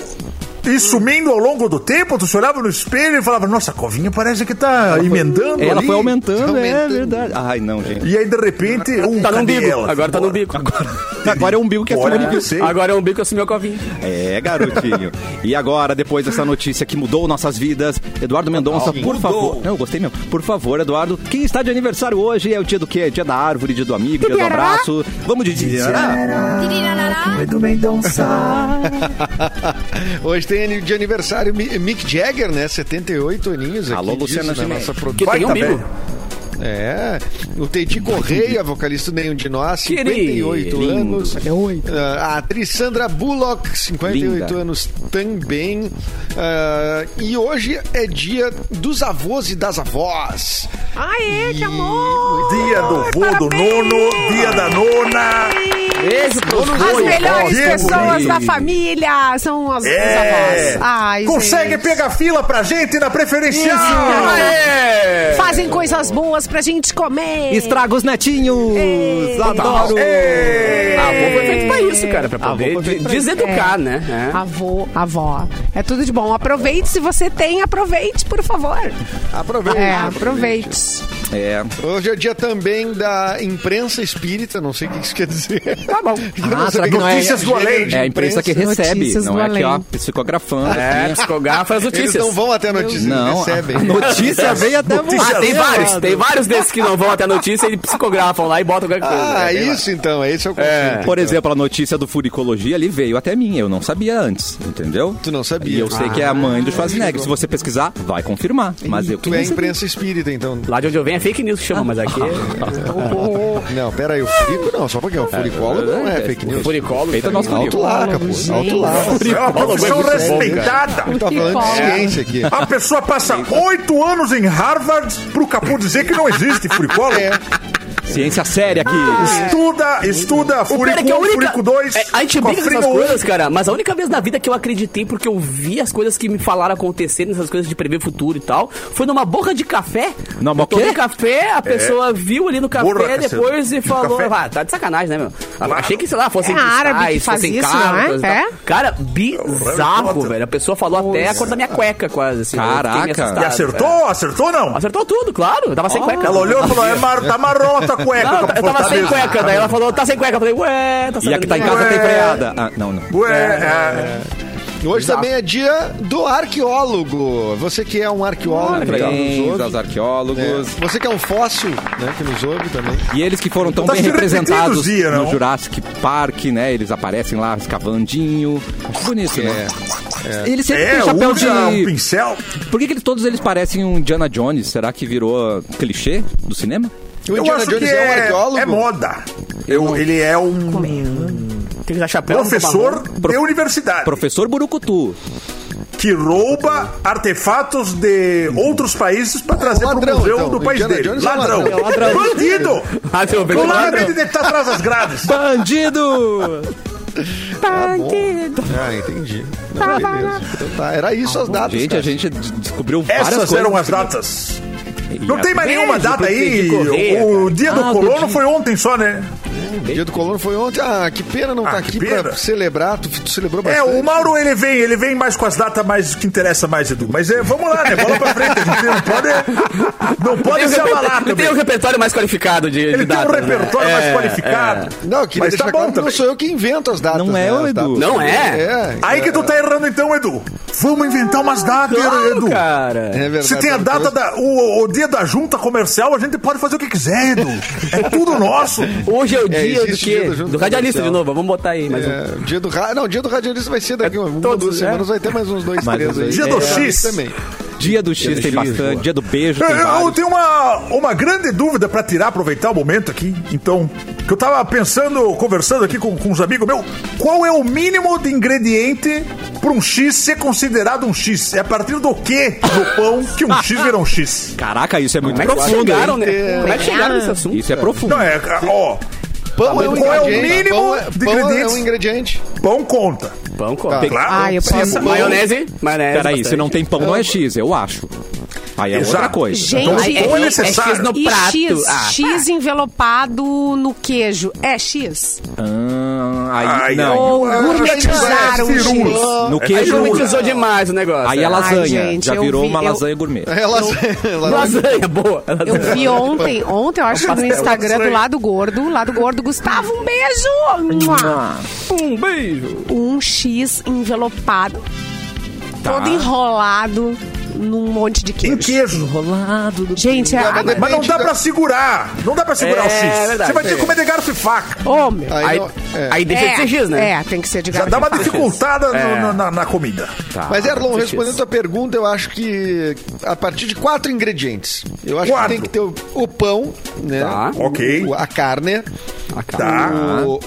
Speaker 6: isso sumindo ao longo do tempo? Tu se olhava no espelho e falava, nossa, a covinha parece que tá emendando
Speaker 1: Ela
Speaker 6: ali.
Speaker 1: foi aumentando, é
Speaker 5: Aumentando.
Speaker 1: verdade. Ai, não, gente.
Speaker 6: E aí, de repente, um
Speaker 4: Tá no
Speaker 6: cadê
Speaker 4: umbigo,
Speaker 6: ela?
Speaker 4: agora tá no umbigo.
Speaker 1: Agora é um umbigo que é
Speaker 6: Olha,
Speaker 1: furo no queixo.
Speaker 6: sei.
Speaker 4: Agora é um bico, eu assumi a covinha.
Speaker 1: É, garotinho. e agora, depois dessa notícia que mudou nossas vidas, Eduardo Mendonça, por favor. Não, eu gostei mesmo. Por favor, Eduardo, quem está de aniversário hoje é o dia do quê? Dia da árvore, dia do amigo, dia do abraço. Vamos de dia.
Speaker 5: Hoje tem de aniversário Mi- Mick Jagger, né? 78 aninhos aqui.
Speaker 1: Alô,
Speaker 5: diz
Speaker 1: Luciana
Speaker 5: na
Speaker 1: Gimenez.
Speaker 5: nossa
Speaker 4: Que
Speaker 5: produção.
Speaker 4: tem um bico.
Speaker 5: É. O Teiti Correia, vocalista do Nenhum de Nós, 58
Speaker 4: Querido.
Speaker 5: anos. Ah, A atriz Sandra Bullock, 58
Speaker 1: Linda.
Speaker 5: anos também. Ah, e hoje é dia dos avós e das avós.
Speaker 3: Aê, que amor!
Speaker 6: Dia do vô do nono, dia da nona.
Speaker 4: Beijo pros
Speaker 3: As
Speaker 4: dois.
Speaker 3: melhores
Speaker 6: Diego
Speaker 3: pessoas
Speaker 6: Luiz.
Speaker 3: da família são as
Speaker 6: É.
Speaker 3: as avós. Ai,
Speaker 6: Consegue
Speaker 3: gente.
Speaker 6: pegar fila pra gente na preferencial.
Speaker 5: é
Speaker 4: Aê!
Speaker 3: Fazem coisas boas pra gente comer.
Speaker 1: Estraga os netinhos. Adoro.
Speaker 6: Ei.
Speaker 4: A avó foi feito pra isso, cara, pra poder
Speaker 1: É. foi feito
Speaker 4: de-
Speaker 1: pra
Speaker 4: deseducar, né? É.
Speaker 3: Avô, avó. É tudo de bom. Aproveite se você tem, aproveite, por favor.
Speaker 5: Aproveita.
Speaker 3: É, aproveite.
Speaker 1: É.
Speaker 5: Hoje é dia também da imprensa espírita, não sei o que isso quer dizer. Tá bom.
Speaker 1: Ah, será que não é-
Speaker 6: Notícias do além.
Speaker 1: É a imprensa que
Speaker 3: Notícias
Speaker 1: recebe, não
Speaker 3: do
Speaker 1: é que ó,
Speaker 3: além.
Speaker 1: psicografando.
Speaker 4: É, psicografa as
Speaker 5: Eles
Speaker 4: notícias.
Speaker 5: não vão até a notícia,
Speaker 1: Não, ah,
Speaker 5: eles recebem.
Speaker 1: a notícia veio até você.
Speaker 4: Ah, tem vários, tem vários desses que não vão até a notícia e psicografam lá e botam qualquer coisa.
Speaker 5: Ah,
Speaker 4: né? Tem lá.
Speaker 5: isso então, é esse é o conceito. então.
Speaker 1: Por exemplo, a notícia do Furicologia ali veio até mim. Eu não sabia antes, entendeu?
Speaker 5: Tu não sabia. Ah,
Speaker 1: E eu sei que é a mãe do Schwarzenegger. Se você pesquisar, vai confirmar. Mas eu que
Speaker 5: Tu
Speaker 1: não
Speaker 5: é
Speaker 1: sabia.
Speaker 5: imprensa espírita, então.
Speaker 4: Lá de onde eu venho é fake news que chama, mas aqui é
Speaker 5: Não, pera aí, o furico não, só porque é um furicólogo não é fake
Speaker 4: é
Speaker 5: news.
Speaker 4: furicolo.
Speaker 1: Feita nosso
Speaker 5: Alto
Speaker 1: currículo.
Speaker 5: laca, pô, alto laca.
Speaker 6: É uma profissão respeitada.
Speaker 5: Tá falando de ciência aqui.
Speaker 6: A pessoa passa oito anos em Harvard pro Capu dizer que não existe furicolo.
Speaker 5: É,
Speaker 1: Ciência séria aqui.
Speaker 5: Ah,
Speaker 6: Estuda, estuda
Speaker 4: Pera, é que a
Speaker 6: furico 1,
Speaker 4: única...
Speaker 6: furico 2.
Speaker 4: É, a gente brinca com
Speaker 6: um.
Speaker 4: essas coisas, cara, mas a única vez na vida que eu acreditei, porque eu vi as coisas que me falaram acontecerem, essas coisas de prever futuro e tal, foi numa borra de café.
Speaker 1: Numa
Speaker 4: Eu tomei
Speaker 1: o quê?
Speaker 4: café, a pessoa viu ali no café
Speaker 6: É. Borra, cacete.
Speaker 4: depois e
Speaker 6: No
Speaker 4: falou,
Speaker 6: café?
Speaker 4: ah, tá de sacanagem, né, meu? Achei que, sei lá, fossem
Speaker 3: É árabe que faz
Speaker 4: fossem
Speaker 3: isso,
Speaker 4: caros,
Speaker 3: não é?
Speaker 4: coisa e
Speaker 3: É?
Speaker 4: tal. Cara, bizarro,
Speaker 6: Potter.
Speaker 4: velho. A pessoa falou até a cor da minha cueca, quase, assim. Eu fiquei meio
Speaker 1: Caraca.
Speaker 4: assustado,
Speaker 6: E acertou? Acertou ou
Speaker 4: é.
Speaker 6: não?
Speaker 4: Acertou tudo, claro. Eu tava sem cueca.
Speaker 6: Ela olhou e falou, é mar, tá marrom a tua cueca.
Speaker 4: Não, eu
Speaker 6: Capu Tá
Speaker 4: tava sem
Speaker 6: Fortaleza.
Speaker 4: cueca, daí ela falou, tá sem cueca. Eu falei, ué, tá
Speaker 1: E a que tá em
Speaker 4: sabendo
Speaker 1: casa tem
Speaker 6: Ué.
Speaker 5: É.
Speaker 1: freada. Ah, não, não.
Speaker 6: Ué, é,
Speaker 5: hoje também é dia do arqueólogo. Você que é um arqueólogo, que nos
Speaker 1: Parabéns
Speaker 5: ouve,
Speaker 1: aos arqueólogos.
Speaker 5: né? Você que é um fóssil, né, que nos ouve também.
Speaker 1: E eles que foram tão
Speaker 6: Tá
Speaker 1: bem
Speaker 6: se repetindo
Speaker 1: representados
Speaker 6: os dias,
Speaker 1: no
Speaker 6: não?
Speaker 1: Jurassic Park, né? Eles aparecem lá escavandinho.
Speaker 4: É,
Speaker 1: Bonito, né? Eles sempre
Speaker 6: é,
Speaker 1: têm chapéu
Speaker 6: usa um
Speaker 1: de...
Speaker 6: pincel.
Speaker 1: Por que, que eles- todos eles parecem um Indiana Jones? Será que virou clichê do cinema?
Speaker 5: O
Speaker 6: Eu
Speaker 5: Indiana
Speaker 6: acho que
Speaker 5: Jones é um
Speaker 6: é,
Speaker 5: arqueólogo.
Speaker 6: é moda. Eu, ele é um
Speaker 4: Tem que dar chapéu.
Speaker 1: tá
Speaker 6: professor de universidade.
Speaker 1: Professor Burucutu.
Speaker 6: que rouba artefatos de outros países pra trazer pro
Speaker 5: Ladrão,
Speaker 6: museu
Speaker 5: então.
Speaker 6: do país
Speaker 5: Indiana
Speaker 6: dele.
Speaker 5: Jones é
Speaker 6: ladrão.
Speaker 5: ladrão.
Speaker 6: Bandido!
Speaker 4: Ah, seu
Speaker 6: O ladrão
Speaker 4: Bernardo.
Speaker 6: ele deve estar tá atrás das grades.
Speaker 1: Bandido!
Speaker 5: Tá bom. Ah, entendi. Não, beleza. Então tá, era isso as datas.
Speaker 1: Gente,
Speaker 5: cara.
Speaker 1: a gente des- descobriu várias
Speaker 6: Essas
Speaker 1: coisas.
Speaker 6: eram as datas.
Speaker 1: E
Speaker 6: Não
Speaker 1: a-
Speaker 6: tem mais
Speaker 4: beijo
Speaker 6: nenhuma data
Speaker 4: pro
Speaker 6: aí.
Speaker 4: Pedro Correia,
Speaker 6: O dia do
Speaker 1: Ah, do
Speaker 6: colono
Speaker 1: dia.
Speaker 6: foi ontem só, né?
Speaker 5: O dia do colono foi ontem. Ah, que pena não
Speaker 6: Ah,
Speaker 5: tá
Speaker 6: que
Speaker 5: aqui
Speaker 6: pena.
Speaker 5: pra celebrar. Tu, tu celebrou
Speaker 6: É,
Speaker 5: bastante.
Speaker 6: o Mauro ele vem, ele vem mais com as datas mais que interessa mais, Edu. Mas é, vamos lá, né? Bola pra frente. A gente não pode, não pode se abalar
Speaker 4: Ele
Speaker 6: também.
Speaker 4: tem um repertório mais qualificado de, de
Speaker 6: Ele tem um
Speaker 4: datas, né?
Speaker 6: repertório mais
Speaker 4: É,
Speaker 6: qualificado.
Speaker 5: Não, eu queria
Speaker 6: mas
Speaker 5: deixar
Speaker 6: tá
Speaker 5: claro
Speaker 6: bom
Speaker 5: que não
Speaker 6: também.
Speaker 5: sou eu que invento as datas.
Speaker 1: Não é,
Speaker 5: né,
Speaker 1: ô,
Speaker 5: as
Speaker 1: Edu?
Speaker 5: datas.
Speaker 4: Não é?
Speaker 5: É.
Speaker 6: Aí que tu tá errando então, Edu. Vamos inventar umas datas, Edu.
Speaker 4: Claro, cara.
Speaker 5: É verdade.
Speaker 6: Se tem a data da. O, o dia da junta comercial, a gente pode fazer o que quiser, Edu. É tudo nosso.
Speaker 4: Hoje é o
Speaker 5: É,
Speaker 4: dia do
Speaker 5: existe
Speaker 4: quê?
Speaker 5: dia da junta
Speaker 4: Do radialista
Speaker 5: comercial.
Speaker 4: de novo, vamos botar aí mais um.
Speaker 5: É, o dia do ra... Não, o dia do radialista vai ser daqui a uma,
Speaker 4: todos,
Speaker 5: duas
Speaker 4: né?
Speaker 5: semanas, vai ter mais uns dois,
Speaker 1: Mais
Speaker 5: três
Speaker 1: uns
Speaker 5: aí.
Speaker 1: dois.
Speaker 6: É Dia do
Speaker 5: É,
Speaker 6: X.
Speaker 5: Também.
Speaker 1: Dia do X tem bastante, dia do beijo tem
Speaker 6: Eu, eu
Speaker 1: vários.
Speaker 6: tenho uma, uma grande dúvida pra tirar, aproveitar o momento aqui. Então, que eu tava pensando, conversando aqui com, com uns amigos meus, qual é o mínimo de ingrediente pra um X ser considerado um X? É a partir do que no pão que um X vira um X?
Speaker 1: Caraca, isso é muito
Speaker 4: Como é que
Speaker 1: profundo,
Speaker 4: chegaram,
Speaker 1: hein?
Speaker 4: né? Como é que chegaram nesse assunto?
Speaker 1: Isso é profundo.
Speaker 6: Não, é, ó,
Speaker 5: Pão é um
Speaker 6: Qual é o
Speaker 5: ingrediente.
Speaker 6: mínimo
Speaker 5: pão é,
Speaker 6: de
Speaker 5: pão é
Speaker 6: ingredientes?
Speaker 5: um ingrediente.
Speaker 6: pão conta.
Speaker 4: Pão com tem-
Speaker 6: é. Claro.
Speaker 3: Ah, eu
Speaker 6: precisa-
Speaker 3: posso-
Speaker 4: Maionese? Maionese.
Speaker 1: Peraí, se
Speaker 4: bastante.
Speaker 1: não tem pão, não é X, eu acho. Aí é outra
Speaker 6: Exato.
Speaker 1: coisa.
Speaker 3: Gente,
Speaker 6: Então,
Speaker 3: e-
Speaker 6: pão é
Speaker 3: e-
Speaker 6: necessário.
Speaker 4: é X no
Speaker 3: e
Speaker 4: prato.
Speaker 3: X,
Speaker 4: Ah.
Speaker 3: X envelopado no queijo. É X?
Speaker 1: Ah, aí,
Speaker 6: Ai,
Speaker 1: não.
Speaker 3: Ou
Speaker 6: eu-
Speaker 3: gourmetizaram
Speaker 6: eu- eu-
Speaker 3: X.
Speaker 6: eu-
Speaker 1: No
Speaker 4: Aí
Speaker 1: queijo,
Speaker 4: gourmetizou demais o negócio.
Speaker 6: Tá
Speaker 1: aí
Speaker 4: né?
Speaker 1: é lasanha.
Speaker 3: gente,
Speaker 1: Já
Speaker 3: eu
Speaker 1: virou
Speaker 3: vi-
Speaker 1: uma
Speaker 3: eu-
Speaker 1: lasanha gourmet.
Speaker 5: É lasanha. lasanha.
Speaker 4: Lasanha, é boa.
Speaker 3: Eu
Speaker 4: Lasanha.
Speaker 3: vi ontem, ontem eu acho no Instagram do Lado Gordo, Lado Gordo, Gustavo, um beijo! Mua!
Speaker 4: Um beijo.
Speaker 3: Um X envelopado,
Speaker 1: Tá.
Speaker 3: todo enrolado num monte de
Speaker 6: Em
Speaker 3: queijo.
Speaker 6: queijo.
Speaker 3: Gente,
Speaker 5: Não,
Speaker 3: é...
Speaker 5: mas
Speaker 6: Mas não
Speaker 5: Depende
Speaker 6: dá
Speaker 5: da-
Speaker 6: pra segurar. Não dá pra segurar
Speaker 4: É,
Speaker 6: o X.
Speaker 4: é verdade.
Speaker 6: Você vai ter que comer de garfo e faca.
Speaker 3: Ô, meu.
Speaker 5: Aí
Speaker 4: Aí,
Speaker 5: não- é.
Speaker 4: aí deixa de ser X, né?
Speaker 3: É, tem que ser de
Speaker 6: Já dá
Speaker 3: garrafa.
Speaker 6: uma dificultada
Speaker 4: É.
Speaker 6: no- na- na- na comida.
Speaker 4: Tá,
Speaker 5: Mas, Erlon,
Speaker 4: X.
Speaker 5: respondendo a tua pergunta, eu acho que a partir de quatro ingredientes. Eu acho
Speaker 6: Quatro.
Speaker 5: que tem que ter o, o pão, né?
Speaker 4: Tá.
Speaker 5: O-
Speaker 6: Ok.
Speaker 5: o- a carne.
Speaker 6: Tá. Um
Speaker 5: o-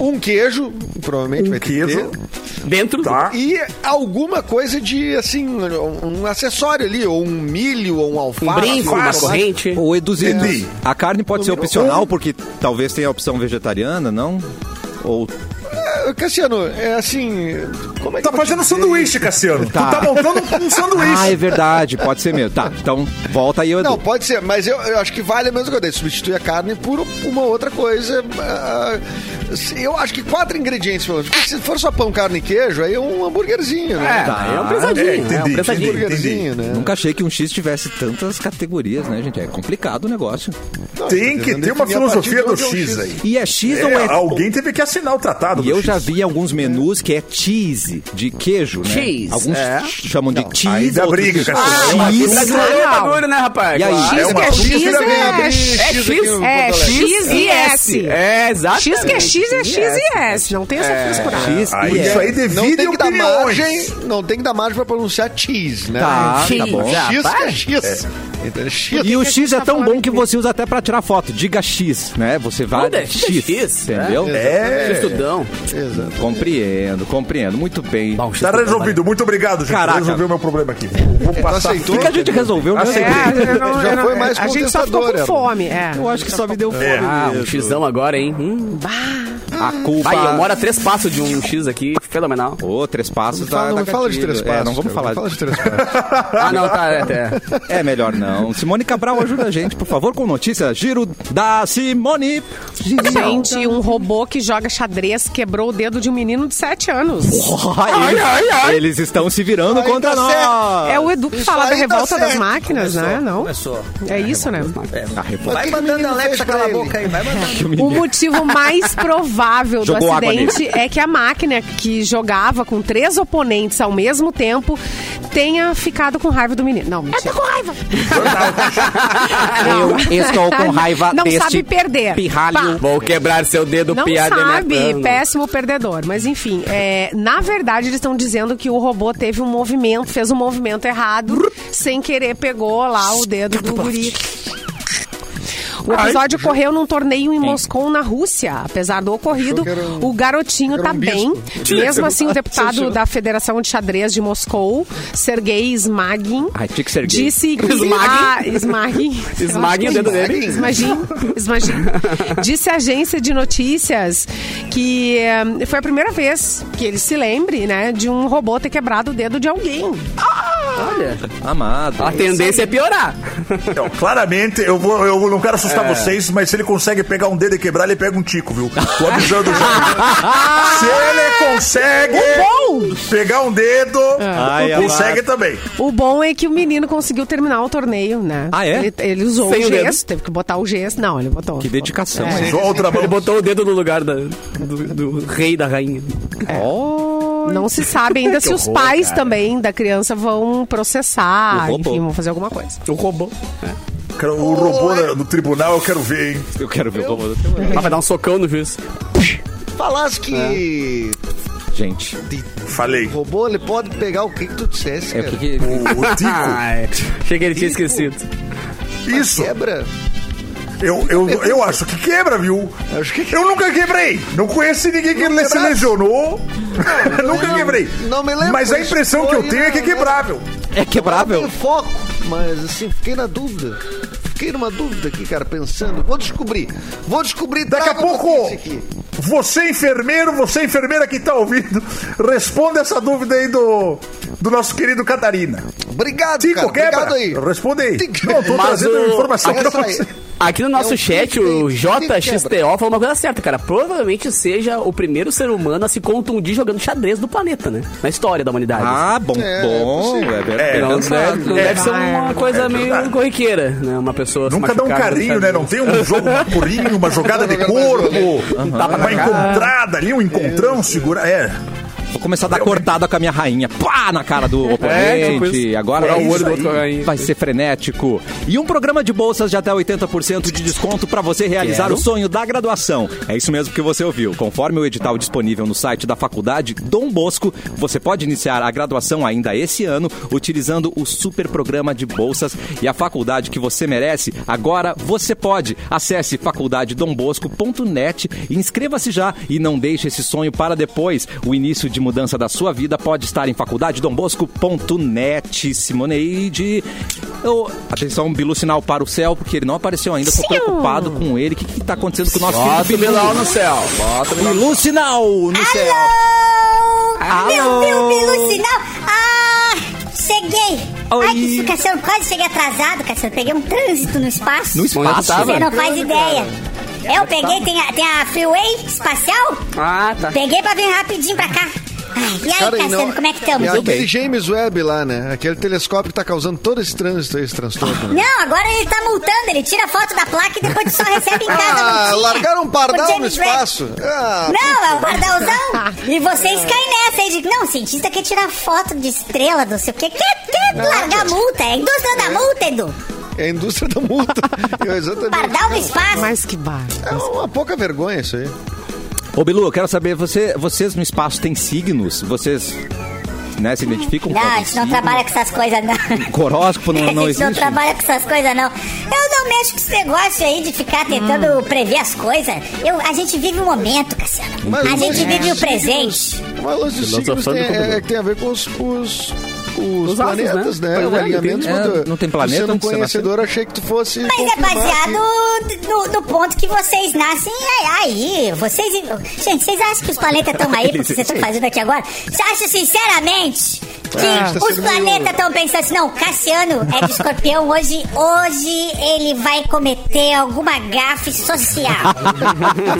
Speaker 5: um queijo, provavelmente vai
Speaker 6: queijo.
Speaker 5: ter. que ter.
Speaker 4: Dentro.
Speaker 6: Tá.
Speaker 5: E alguma coisa de, assim, um, um acessório ali, ou um milho, ou um alface.
Speaker 4: Um brinco,
Speaker 5: ou
Speaker 4: uma
Speaker 5: tomate.
Speaker 4: corrente.
Speaker 1: Ou Eduzinho,
Speaker 6: Entendi.
Speaker 1: a carne pode ser opcional, porque talvez tenha a opção vegetariana, não? Ou
Speaker 5: Ah, Cassiano, é assim, como é que
Speaker 6: Tá
Speaker 5: eu vou te
Speaker 6: fazendo
Speaker 5: dizer?
Speaker 6: sanduíche, Cassiano.
Speaker 1: Tá.
Speaker 6: Tu tá montando um sanduíche.
Speaker 1: Ah, é verdade, pode ser mesmo. Tá, então volta aí, Edu.
Speaker 5: Não, pode ser, mas eu, eu acho que vale a mesma coisa. Substituir a carne por uma outra coisa. ah, se- eu acho que quatro ingredientes, pelo menos. Porque se for só pão, carne e queijo, aí é um hambúrguerzinho,
Speaker 4: É,
Speaker 5: né?
Speaker 1: Tá.
Speaker 4: é um pesadinho.
Speaker 6: É,
Speaker 4: É,
Speaker 6: entendi,
Speaker 4: um pesadinho.
Speaker 6: entendi.
Speaker 5: hambúrguerzinho, né?
Speaker 1: Nunca achei que um X tivesse tantas categorias, né, gente? É complicado o negócio.
Speaker 5: Não,
Speaker 6: Tem que
Speaker 5: entendeu?
Speaker 6: ter uma
Speaker 5: Definir a partir
Speaker 6: filosofia
Speaker 5: de
Speaker 6: do
Speaker 5: onde Então, é o
Speaker 6: X aí.
Speaker 1: E é X ou
Speaker 6: É,
Speaker 1: é...
Speaker 6: alguém teve que assinar o
Speaker 1: E
Speaker 6: tratado. do
Speaker 1: eu
Speaker 6: X.
Speaker 1: já vi alguns menus que é cheese, de queijo, né?
Speaker 4: Cheese,
Speaker 1: Alguns
Speaker 4: é.
Speaker 1: chamam de cheese.
Speaker 6: aí dá
Speaker 1: outros
Speaker 6: briga,
Speaker 1: de-
Speaker 6: cara.
Speaker 1: Ah,
Speaker 4: Isso.
Speaker 1: cheese. Tá,
Speaker 4: Brasileiro é um bagulho, né, rapaz?
Speaker 1: E aí?
Speaker 4: Claro.
Speaker 3: X
Speaker 6: É
Speaker 3: que é
Speaker 6: uma
Speaker 3: X,
Speaker 5: X
Speaker 3: é-
Speaker 5: é
Speaker 4: É X,
Speaker 3: É X e S.
Speaker 4: É, exato.
Speaker 3: X que é X é X e S. Não tem essa frescura.
Speaker 1: X e
Speaker 6: Aí Ah, isso
Speaker 1: é.
Speaker 6: aí
Speaker 5: Não
Speaker 6: divide
Speaker 5: tem que dar
Speaker 6: opiniões.
Speaker 5: margem, não tem que dar margem pra pronunciar cheese, né?
Speaker 1: Tá, tá
Speaker 4: Cheese.
Speaker 1: bom.
Speaker 5: X que é
Speaker 4: Rapaz.
Speaker 5: X. Entendeu? X.
Speaker 1: E o
Speaker 3: que a
Speaker 1: X
Speaker 3: gente
Speaker 1: é
Speaker 3: tá
Speaker 1: tão
Speaker 3: falando
Speaker 1: bom que
Speaker 3: aqui?
Speaker 1: você usa até pra tirar foto. Diga X, né? Você vai.
Speaker 4: Manda, diga X, né?
Speaker 1: entendeu?
Speaker 6: É.
Speaker 4: Estudão.
Speaker 5: Exato.
Speaker 1: Compreendo, compreendo. Muito bem.
Speaker 6: Tá resolvido. Muito obrigado, gente.
Speaker 1: Caraca.
Speaker 6: Resolveu meu problema aqui. Vou passar
Speaker 5: aceitou?
Speaker 1: O que a gente
Speaker 4: né?
Speaker 1: resolveu mesmo?
Speaker 6: Aceitei.
Speaker 3: É, eu não-
Speaker 5: Já
Speaker 3: eu não-
Speaker 5: foi mais
Speaker 3: A gente só ficou com
Speaker 5: contestadora.
Speaker 3: fome. É.
Speaker 1: Eu acho que só me deu fome.
Speaker 6: É.
Speaker 4: Ah, um Xzão agora, hein? Hum.
Speaker 1: A culpa.
Speaker 4: Vai, eu moro a três passos de um X aqui. Fenomenal.
Speaker 1: Ô, três passos dá-
Speaker 5: Fala- tá não
Speaker 1: dá
Speaker 5: me fala de
Speaker 1: gatilho.
Speaker 5: três passos.
Speaker 1: É, não vamos
Speaker 5: cara,
Speaker 1: falar.
Speaker 5: Fala de três passos.
Speaker 4: Ah, não, tá. É, é.
Speaker 1: É melhor não. Simone Cabral ajuda a gente, por favor, com notícia. Giro da Simone.
Speaker 3: Gente, um robô que joga xadrez quebrou o dedo de um menino de 7 anos.
Speaker 1: Ai, ai, ai. Eles estão se virando
Speaker 5: Aí
Speaker 1: contra
Speaker 5: tá
Speaker 1: nós.
Speaker 3: É o Edu que fala
Speaker 5: aí
Speaker 3: da
Speaker 5: tá
Speaker 3: revolta das
Speaker 5: certo.
Speaker 3: máquinas, né? Não?
Speaker 2: Começou.
Speaker 3: É isso, né?
Speaker 1: A revolta.
Speaker 5: Mas
Speaker 2: Vai
Speaker 5: que
Speaker 2: mandando,
Speaker 5: menino fez
Speaker 2: Alexa,
Speaker 5: pra
Speaker 2: cala a
Speaker 5: ele?
Speaker 2: boca aí. Vai mandando.
Speaker 3: O motivo mais provável do
Speaker 1: Jogou água
Speaker 3: acidente é que a máquina que jogava com três oponentes ao mesmo tempo tenha ficado com raiva do menino. Não, mentira. Eu tô com raiva.
Speaker 1: Eu estou com raiva
Speaker 3: Não
Speaker 1: deste
Speaker 3: sabe perder.
Speaker 1: pirralho.
Speaker 4: Vou quebrar seu dedo,
Speaker 3: Não
Speaker 4: piada
Speaker 3: sabe,
Speaker 4: Netano.
Speaker 3: péssimo perdedor. Mas enfim, é, na verdade eles estão dizendo que o robô teve um movimento, fez um movimento errado, sem querer pegou lá o dedo do guri. O
Speaker 6: Ai,
Speaker 3: episódio
Speaker 6: ju-
Speaker 3: ocorreu num torneio em Moscou, na Rússia. Apesar do ocorrido,
Speaker 5: Achou que era um-
Speaker 3: o garotinho
Speaker 5: era um
Speaker 3: tá bem.
Speaker 5: bispo.
Speaker 3: Mesmo assim, o deputado da Federação de Xadrez de Moscou, Sergei Smagin,
Speaker 1: Ai, tinha que ser gay.
Speaker 3: disse que...
Speaker 4: Smagin?
Speaker 3: Ah, Smagin.
Speaker 4: Esmaguem o dedo dele.
Speaker 3: Smagin, Smagin. Disse a agência de notícias que eh, foi a primeira vez que ele se lembre, né, de um robô ter quebrado o dedo de alguém. Ah,
Speaker 4: Olha,
Speaker 1: Amado.
Speaker 4: a tendência é piorar.
Speaker 6: Então, claramente, eu, vou, eu não quero assustar
Speaker 5: É.
Speaker 6: vocês, mas se ele consegue pegar um dedo e quebrar, ele pega um tico, viu? Tô avisando já. se ele consegue pegar um dedo,
Speaker 1: Ai,
Speaker 6: consegue
Speaker 1: amado.
Speaker 6: também.
Speaker 3: O bom é que o menino conseguiu terminar o torneio, né?
Speaker 1: Ah, é?
Speaker 3: Ele, ele usou
Speaker 4: Sem
Speaker 3: o
Speaker 4: o dedo.
Speaker 3: gesso, teve que botar o gesso. Não, ele botou.
Speaker 1: Que dedicação.
Speaker 5: É.
Speaker 6: Mas
Speaker 1: hein?
Speaker 6: outra mão.
Speaker 4: Ele botou o dedo no lugar da- do, do rei e da rainha.
Speaker 3: Não se sabe ainda se os pais também da criança vão processar,
Speaker 1: O robô.
Speaker 3: enfim, vão fazer alguma coisa.
Speaker 4: O robô.
Speaker 6: Cara, O robô da- do tribunal eu quero ver, hein?
Speaker 1: Eu quero ver o robô.
Speaker 4: Ah, vai dar um socão no juiz.
Speaker 5: Falasse que
Speaker 1: Gente,
Speaker 6: Falei.
Speaker 5: robô, ele pode pegar o que que tu dissesse,
Speaker 1: é
Speaker 5: cara.
Speaker 1: porque...
Speaker 6: O, o
Speaker 5: Ah,
Speaker 6: tico.
Speaker 4: Ai, achei que ele tinha esquecido.
Speaker 5: tá
Speaker 6: Isso.
Speaker 5: Quebra.
Speaker 6: Eu, eu, eu acho que quebra, viu?
Speaker 5: Acho que
Speaker 6: Eu nunca quebrei. Não conheci ninguém que
Speaker 5: Não
Speaker 6: se
Speaker 5: quebrasse.
Speaker 6: lesionou. nunca
Speaker 5: não-
Speaker 6: quebrei.
Speaker 5: não me lembro,
Speaker 6: Mas a
Speaker 5: isso
Speaker 6: impressão que eu
Speaker 5: foi
Speaker 6: tenho é que é
Speaker 5: na-
Speaker 6: quebrável.
Speaker 1: É
Speaker 5: Tem
Speaker 1: quebrável?
Speaker 5: foco, mas assim, fiquei na dúvida. Fiquei numa dúvida aqui, cara, pensando. Vou descobrir. Vou descobrir.
Speaker 6: Daqui a
Speaker 5: traga pra
Speaker 6: pouco,
Speaker 5: gente aqui.
Speaker 6: você enfermeiro, você enfermeira que tá ouvindo, responda essa dúvida aí do, do nosso querido Catarina.
Speaker 5: Obrigado,
Speaker 6: Tico,
Speaker 5: cara.
Speaker 6: quebra?
Speaker 5: Obrigado aí.
Speaker 6: Responde aí.
Speaker 5: Tico.
Speaker 6: Não, tô
Speaker 5: Mas
Speaker 6: trazendo
Speaker 4: o-
Speaker 6: informação pra
Speaker 5: essa aí.
Speaker 6: você.
Speaker 4: Aqui no nosso
Speaker 5: É um
Speaker 4: chat,
Speaker 5: clickbait,
Speaker 4: o
Speaker 5: clickbait.
Speaker 4: JXTO falou uma coisa certa, cara. Provavelmente seja o primeiro ser humano a se contundir jogando xadrez do planeta, né? Na história da humanidade.
Speaker 1: Ah, bom,
Speaker 5: É,
Speaker 1: bom.
Speaker 5: possível.
Speaker 1: É, bem
Speaker 6: É,
Speaker 1: bem
Speaker 4: Não,
Speaker 1: pensado.
Speaker 4: deve, não deve ser uma coisa meio corriqueira, né? Uma pessoa se
Speaker 6: Nunca dá um
Speaker 4: machucar
Speaker 6: carrinho,
Speaker 4: jogando
Speaker 6: né?
Speaker 4: xadrez.
Speaker 6: Não tem um jogo, um pulinho, uma jogada de
Speaker 5: Uma
Speaker 6: corpo,
Speaker 4: tapa na
Speaker 6: uma encontrada ali, um encontrão, segura. É.
Speaker 1: Vou começar a dar cortada com a minha rainha. Pá! Na cara do
Speaker 4: tipo
Speaker 1: oponente.
Speaker 4: isso.
Speaker 1: Agora
Speaker 4: Furar
Speaker 1: é
Speaker 4: o
Speaker 1: isso
Speaker 4: olho do
Speaker 1: aí.
Speaker 4: outro rainha.
Speaker 1: vai ser frenético. E um programa de bolsas de até 80% de desconto para você realizar
Speaker 4: Quero.
Speaker 1: o sonho da graduação. É isso mesmo que você ouviu. Conforme o edital disponível no site da faculdade Dom Bosco, você pode iniciar a graduação ainda esse ano utilizando o super programa de bolsas e a faculdade que você merece. Agora você pode. Acesse faculdadedombosco.net e inscreva-se já e não deixe esse sonho para depois. O início de mudança da sua vida pode estar em faculdadedombosco.net. Simoneide. Eu- Atenção, um Bilu sinal para o céu, porque ele não apareceu ainda. Estou preocupado com ele. O que está acontecendo com o nosso
Speaker 4: Bota o
Speaker 1: filho Bilu?
Speaker 4: Bilal no céu. Bota o Bilal.
Speaker 1: Bilu sinal no céu.
Speaker 7: Alô!
Speaker 1: é Alô!
Speaker 7: Meu Deus, Bilu, sinal! Ah! Cheguei!
Speaker 1: Oi.
Speaker 7: Ai, que isso, Cassiano, quase cheguei atrasado, Cassiano. Peguei um trânsito no espaço.
Speaker 1: No
Speaker 4: Onde é que
Speaker 1: espaço.
Speaker 4: tava?
Speaker 7: Você não faz ideia. Eu peguei, tem a, tem a freeway espacial.
Speaker 4: Ah, tá.
Speaker 7: Peguei pra vir rapidinho pra cá. Ai, e aí,
Speaker 5: Cara, e
Speaker 7: Cassiano,
Speaker 5: não-
Speaker 7: como é que estamos?
Speaker 5: É aquele James Webb lá, né? Aquele telescópio que tá causando todo esse trânsito aí, esse transtorno. né?
Speaker 7: Não, agora ele tá multando, ele tira a foto da placa e depois só recebe em casa. a
Speaker 5: Ah,
Speaker 7: multinha.
Speaker 5: largaram um
Speaker 7: tá O
Speaker 5: pardal no
Speaker 7: James Webb.
Speaker 5: espaço. Ah,
Speaker 7: Não, é o Pardalzão. E vocês caem nessa aí de. Não, o cientista quer tirar foto de estrela, não sei o quê. Quer, quer largar multa. É a indústria da multa, Edu.
Speaker 5: é a indústria da multa. Eu, exatamente.
Speaker 7: Pardal no espaço.
Speaker 3: Mas que barra.
Speaker 5: É uma pouca vergonha isso aí.
Speaker 1: Ô, Bilu, eu quero saber, você, vocês no espaço têm signos? Vocês né, se identificam
Speaker 7: Não,
Speaker 1: com
Speaker 7: Ah, a
Speaker 1: algum
Speaker 7: gente não
Speaker 1: signo?
Speaker 7: trabalha com essas coisas, não.
Speaker 1: Com horóscopo não, não
Speaker 7: a gente não
Speaker 1: existe?
Speaker 7: trabalha com essas coisas, não. Eu não mexo com esse negócio aí de ficar tentando prever as coisas. Eu, a gente vive o momento, Cassiano.
Speaker 5: Mas
Speaker 7: a gente
Speaker 5: é,
Speaker 7: vive o
Speaker 5: signos-
Speaker 7: presente.
Speaker 5: Mas os signos
Speaker 4: Filosofando
Speaker 5: tem,
Speaker 4: com
Speaker 5: é,
Speaker 4: Bilu.
Speaker 5: que tem a ver com os, os,
Speaker 4: Os
Speaker 5: os
Speaker 4: astros,
Speaker 5: planetas,
Speaker 4: né?
Speaker 5: né?
Speaker 4: Pois
Speaker 5: O
Speaker 4: é,
Speaker 5: alinhamento.
Speaker 1: entendi.
Speaker 5: do-
Speaker 1: É, não tem planeta
Speaker 5: Sendo um
Speaker 1: onde você
Speaker 5: conhecedor, achei que tu fosse.
Speaker 7: Mas é
Speaker 5: confirmar que-
Speaker 7: baseado no, no ponto que vocês nascem aí. aí, Vocês. Gente, vocês acham que os planetas estão aí porque vocês estão fazendo aqui agora? Você acha sinceramente que
Speaker 5: Ah, tá
Speaker 7: os
Speaker 5: sendo meio-
Speaker 7: planetas estão pensando assim, não, Cassiano é de escorpião, hoje, hoje ele vai cometer alguma gafe social.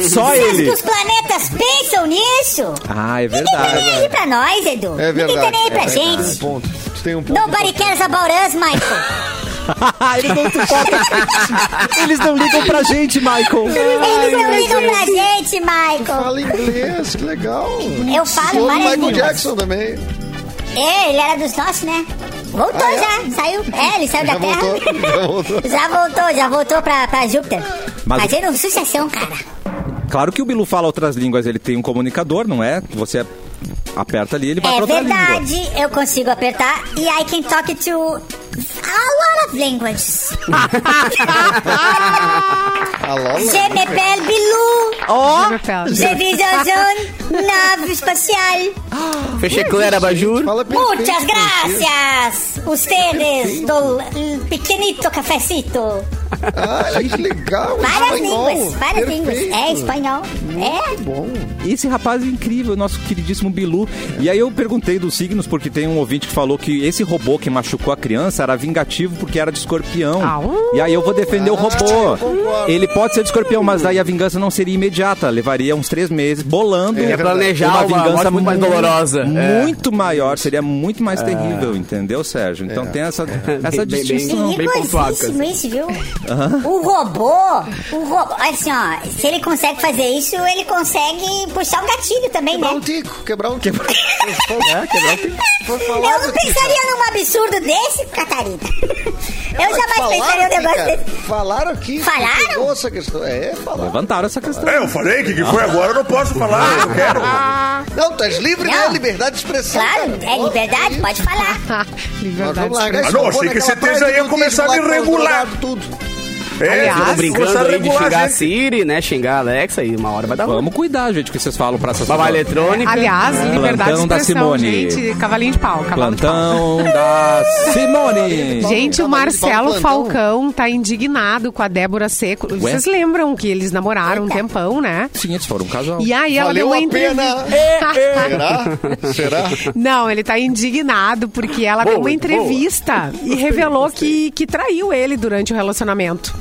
Speaker 1: Só
Speaker 7: Você acha
Speaker 1: ele.
Speaker 7: que os planetas pensam nisso?
Speaker 1: Ah, é
Speaker 7: Ninguém tá nem
Speaker 1: verdade.
Speaker 7: aí pra nós, Edu.
Speaker 5: É verdade.
Speaker 7: Ninguém tá nem aí
Speaker 5: é
Speaker 7: pra
Speaker 5: verdade. Tem um
Speaker 7: gente.
Speaker 5: ponto. Tu tem um ponto.
Speaker 7: Nobody cares about us, Michael.
Speaker 1: Eles não te botam- Eles não ligam pra gente, Michael.
Speaker 7: Eles não ligam pra gente, Michael.
Speaker 5: Fala inglês, que legal.
Speaker 7: Eu falo
Speaker 5: Sou do
Speaker 7: várias
Speaker 5: Michael
Speaker 7: línguas.
Speaker 5: Jackson também.
Speaker 7: É, ele era dos nossos, né? Voltou
Speaker 5: Ah, é?
Speaker 7: já, saiu. É, ele saiu
Speaker 5: Já
Speaker 7: da Terra.
Speaker 5: voltou, já voltou.
Speaker 7: já voltou, já voltou pra, pra Júpiter.
Speaker 1: Mas-
Speaker 7: Fazendo um sucessão, cara.
Speaker 1: Claro que o Bilu fala outras línguas, ele tem um comunicador, não é? Você aperta ali, ele vai pra
Speaker 7: É
Speaker 1: outra língua.
Speaker 7: verdade, eu consigo apertar. E I can talk to a lot of languages.
Speaker 5: A Lola?
Speaker 7: Je m'appelle Bilu.
Speaker 2: Ó,
Speaker 7: Je vis dans une nave espacial.
Speaker 4: Fechei clara, Bajur.
Speaker 5: Fala perfeito,
Speaker 7: Muchas
Speaker 5: mentira.
Speaker 7: gracias. Ustedes do l- pequenito cafecito.
Speaker 5: Ah, que legal.
Speaker 7: Várias
Speaker 5: espanhol.
Speaker 7: línguas, várias línguas.
Speaker 5: Perfeito.
Speaker 7: É espanhol. É.
Speaker 5: Bom.
Speaker 1: Esse rapaz é incrível, nosso queridíssimo Bilu. E aí eu perguntei dos signos, porque tem um ouvinte que falou que esse robô que machucou a criança era vingativo porque era de escorpião.
Speaker 7: Ah,
Speaker 3: Au.
Speaker 7: uh.
Speaker 1: E aí eu vou defender o
Speaker 4: Ah,
Speaker 5: eu
Speaker 1: robô.
Speaker 5: concordo.
Speaker 1: Ele pode ser de escorpião, mas daí a vingança não seria imediata. Levaria uns três meses bolando.
Speaker 5: É
Speaker 4: planejar
Speaker 1: uma
Speaker 4: uma morte
Speaker 1: vingança
Speaker 4: muito mais dolorosa. É.
Speaker 1: Muito maior, seria muito mais terrível, entendeu, Sérgio? Então tem essa, essa
Speaker 4: É. Bem- bem-
Speaker 1: distinção.
Speaker 4: bem pontuado,
Speaker 7: Perigosíssimo isso, viu? O robô, o robô, assim ó, se ele consegue fazer isso, ele consegue puxar um gatilho também,
Speaker 5: Quebrar um
Speaker 7: né?
Speaker 5: tico, quebrar um tico.
Speaker 1: Quebrar- É, quebrar o tempo.
Speaker 5: Foi
Speaker 7: Eu
Speaker 5: falado
Speaker 7: não
Speaker 5: aqui,
Speaker 7: pensaria num absurdo desse, Catarina. Eu
Speaker 5: cara.
Speaker 7: jamais
Speaker 5: Falaram
Speaker 7: pensaria num
Speaker 5: aqui,
Speaker 7: negócio
Speaker 5: cara.
Speaker 7: desse.
Speaker 5: Falaram aqui.
Speaker 7: Falaram?
Speaker 5: Pegou essa questão. É, falaram.
Speaker 1: Levantaram essa questão.
Speaker 6: É, eu falei que, que foi agora, eu não
Speaker 4: Uhum.
Speaker 6: posso falar, eu quero.
Speaker 4: Ah,
Speaker 5: Não, tu és livre, né?
Speaker 7: Não.
Speaker 5: Liberdade de expressão.
Speaker 7: Claro,
Speaker 5: cara.
Speaker 7: é liberdade, pode falar.
Speaker 5: Nós vamos
Speaker 3: Liberdade.
Speaker 5: largar esse
Speaker 6: Ah, não,
Speaker 5: robô
Speaker 6: achei que
Speaker 5: naquela
Speaker 6: esse texto
Speaker 5: praia
Speaker 6: aí ia
Speaker 5: do
Speaker 6: começar a me
Speaker 5: Disney lá com os
Speaker 6: regular.
Speaker 5: dourados, Tudo.
Speaker 6: É,
Speaker 3: Aliás,
Speaker 6: vocês vão começar
Speaker 4: Brincando
Speaker 6: a
Speaker 4: aí de
Speaker 6: regular,
Speaker 4: xingar a
Speaker 6: gente.
Speaker 4: Siri, né? Xingar a Alexa e uma hora vai dar ruim.
Speaker 1: Vamos cuidar, gente, que vocês falam pra essas
Speaker 4: Babá
Speaker 1: pessoas.
Speaker 4: eletrônica.
Speaker 3: Aliás, liberdade
Speaker 1: Plantão
Speaker 3: de
Speaker 1: da
Speaker 3: expressão,
Speaker 1: Simone.
Speaker 3: gente. Cavalinho de pau, cavalo de pau.
Speaker 1: Plantão da Simone.
Speaker 3: Gente, o
Speaker 5: Cavalinho de pau,
Speaker 3: Marcelo
Speaker 5: plantão.
Speaker 3: Falcão tá indignado com a Débora Seco. Vocês lembram que eles namoraram um tempão, né?
Speaker 1: Sim, eles foram um casal.
Speaker 3: E aí ela deu
Speaker 5: Valeu
Speaker 3: uma
Speaker 5: a pena.
Speaker 3: entrevista.
Speaker 1: É,
Speaker 5: Será? Será?
Speaker 3: Não, ele tá indignado porque ela deu
Speaker 4: Boa,
Speaker 3: uma entrevista e revelou que, que traiu ele durante o relacionamento.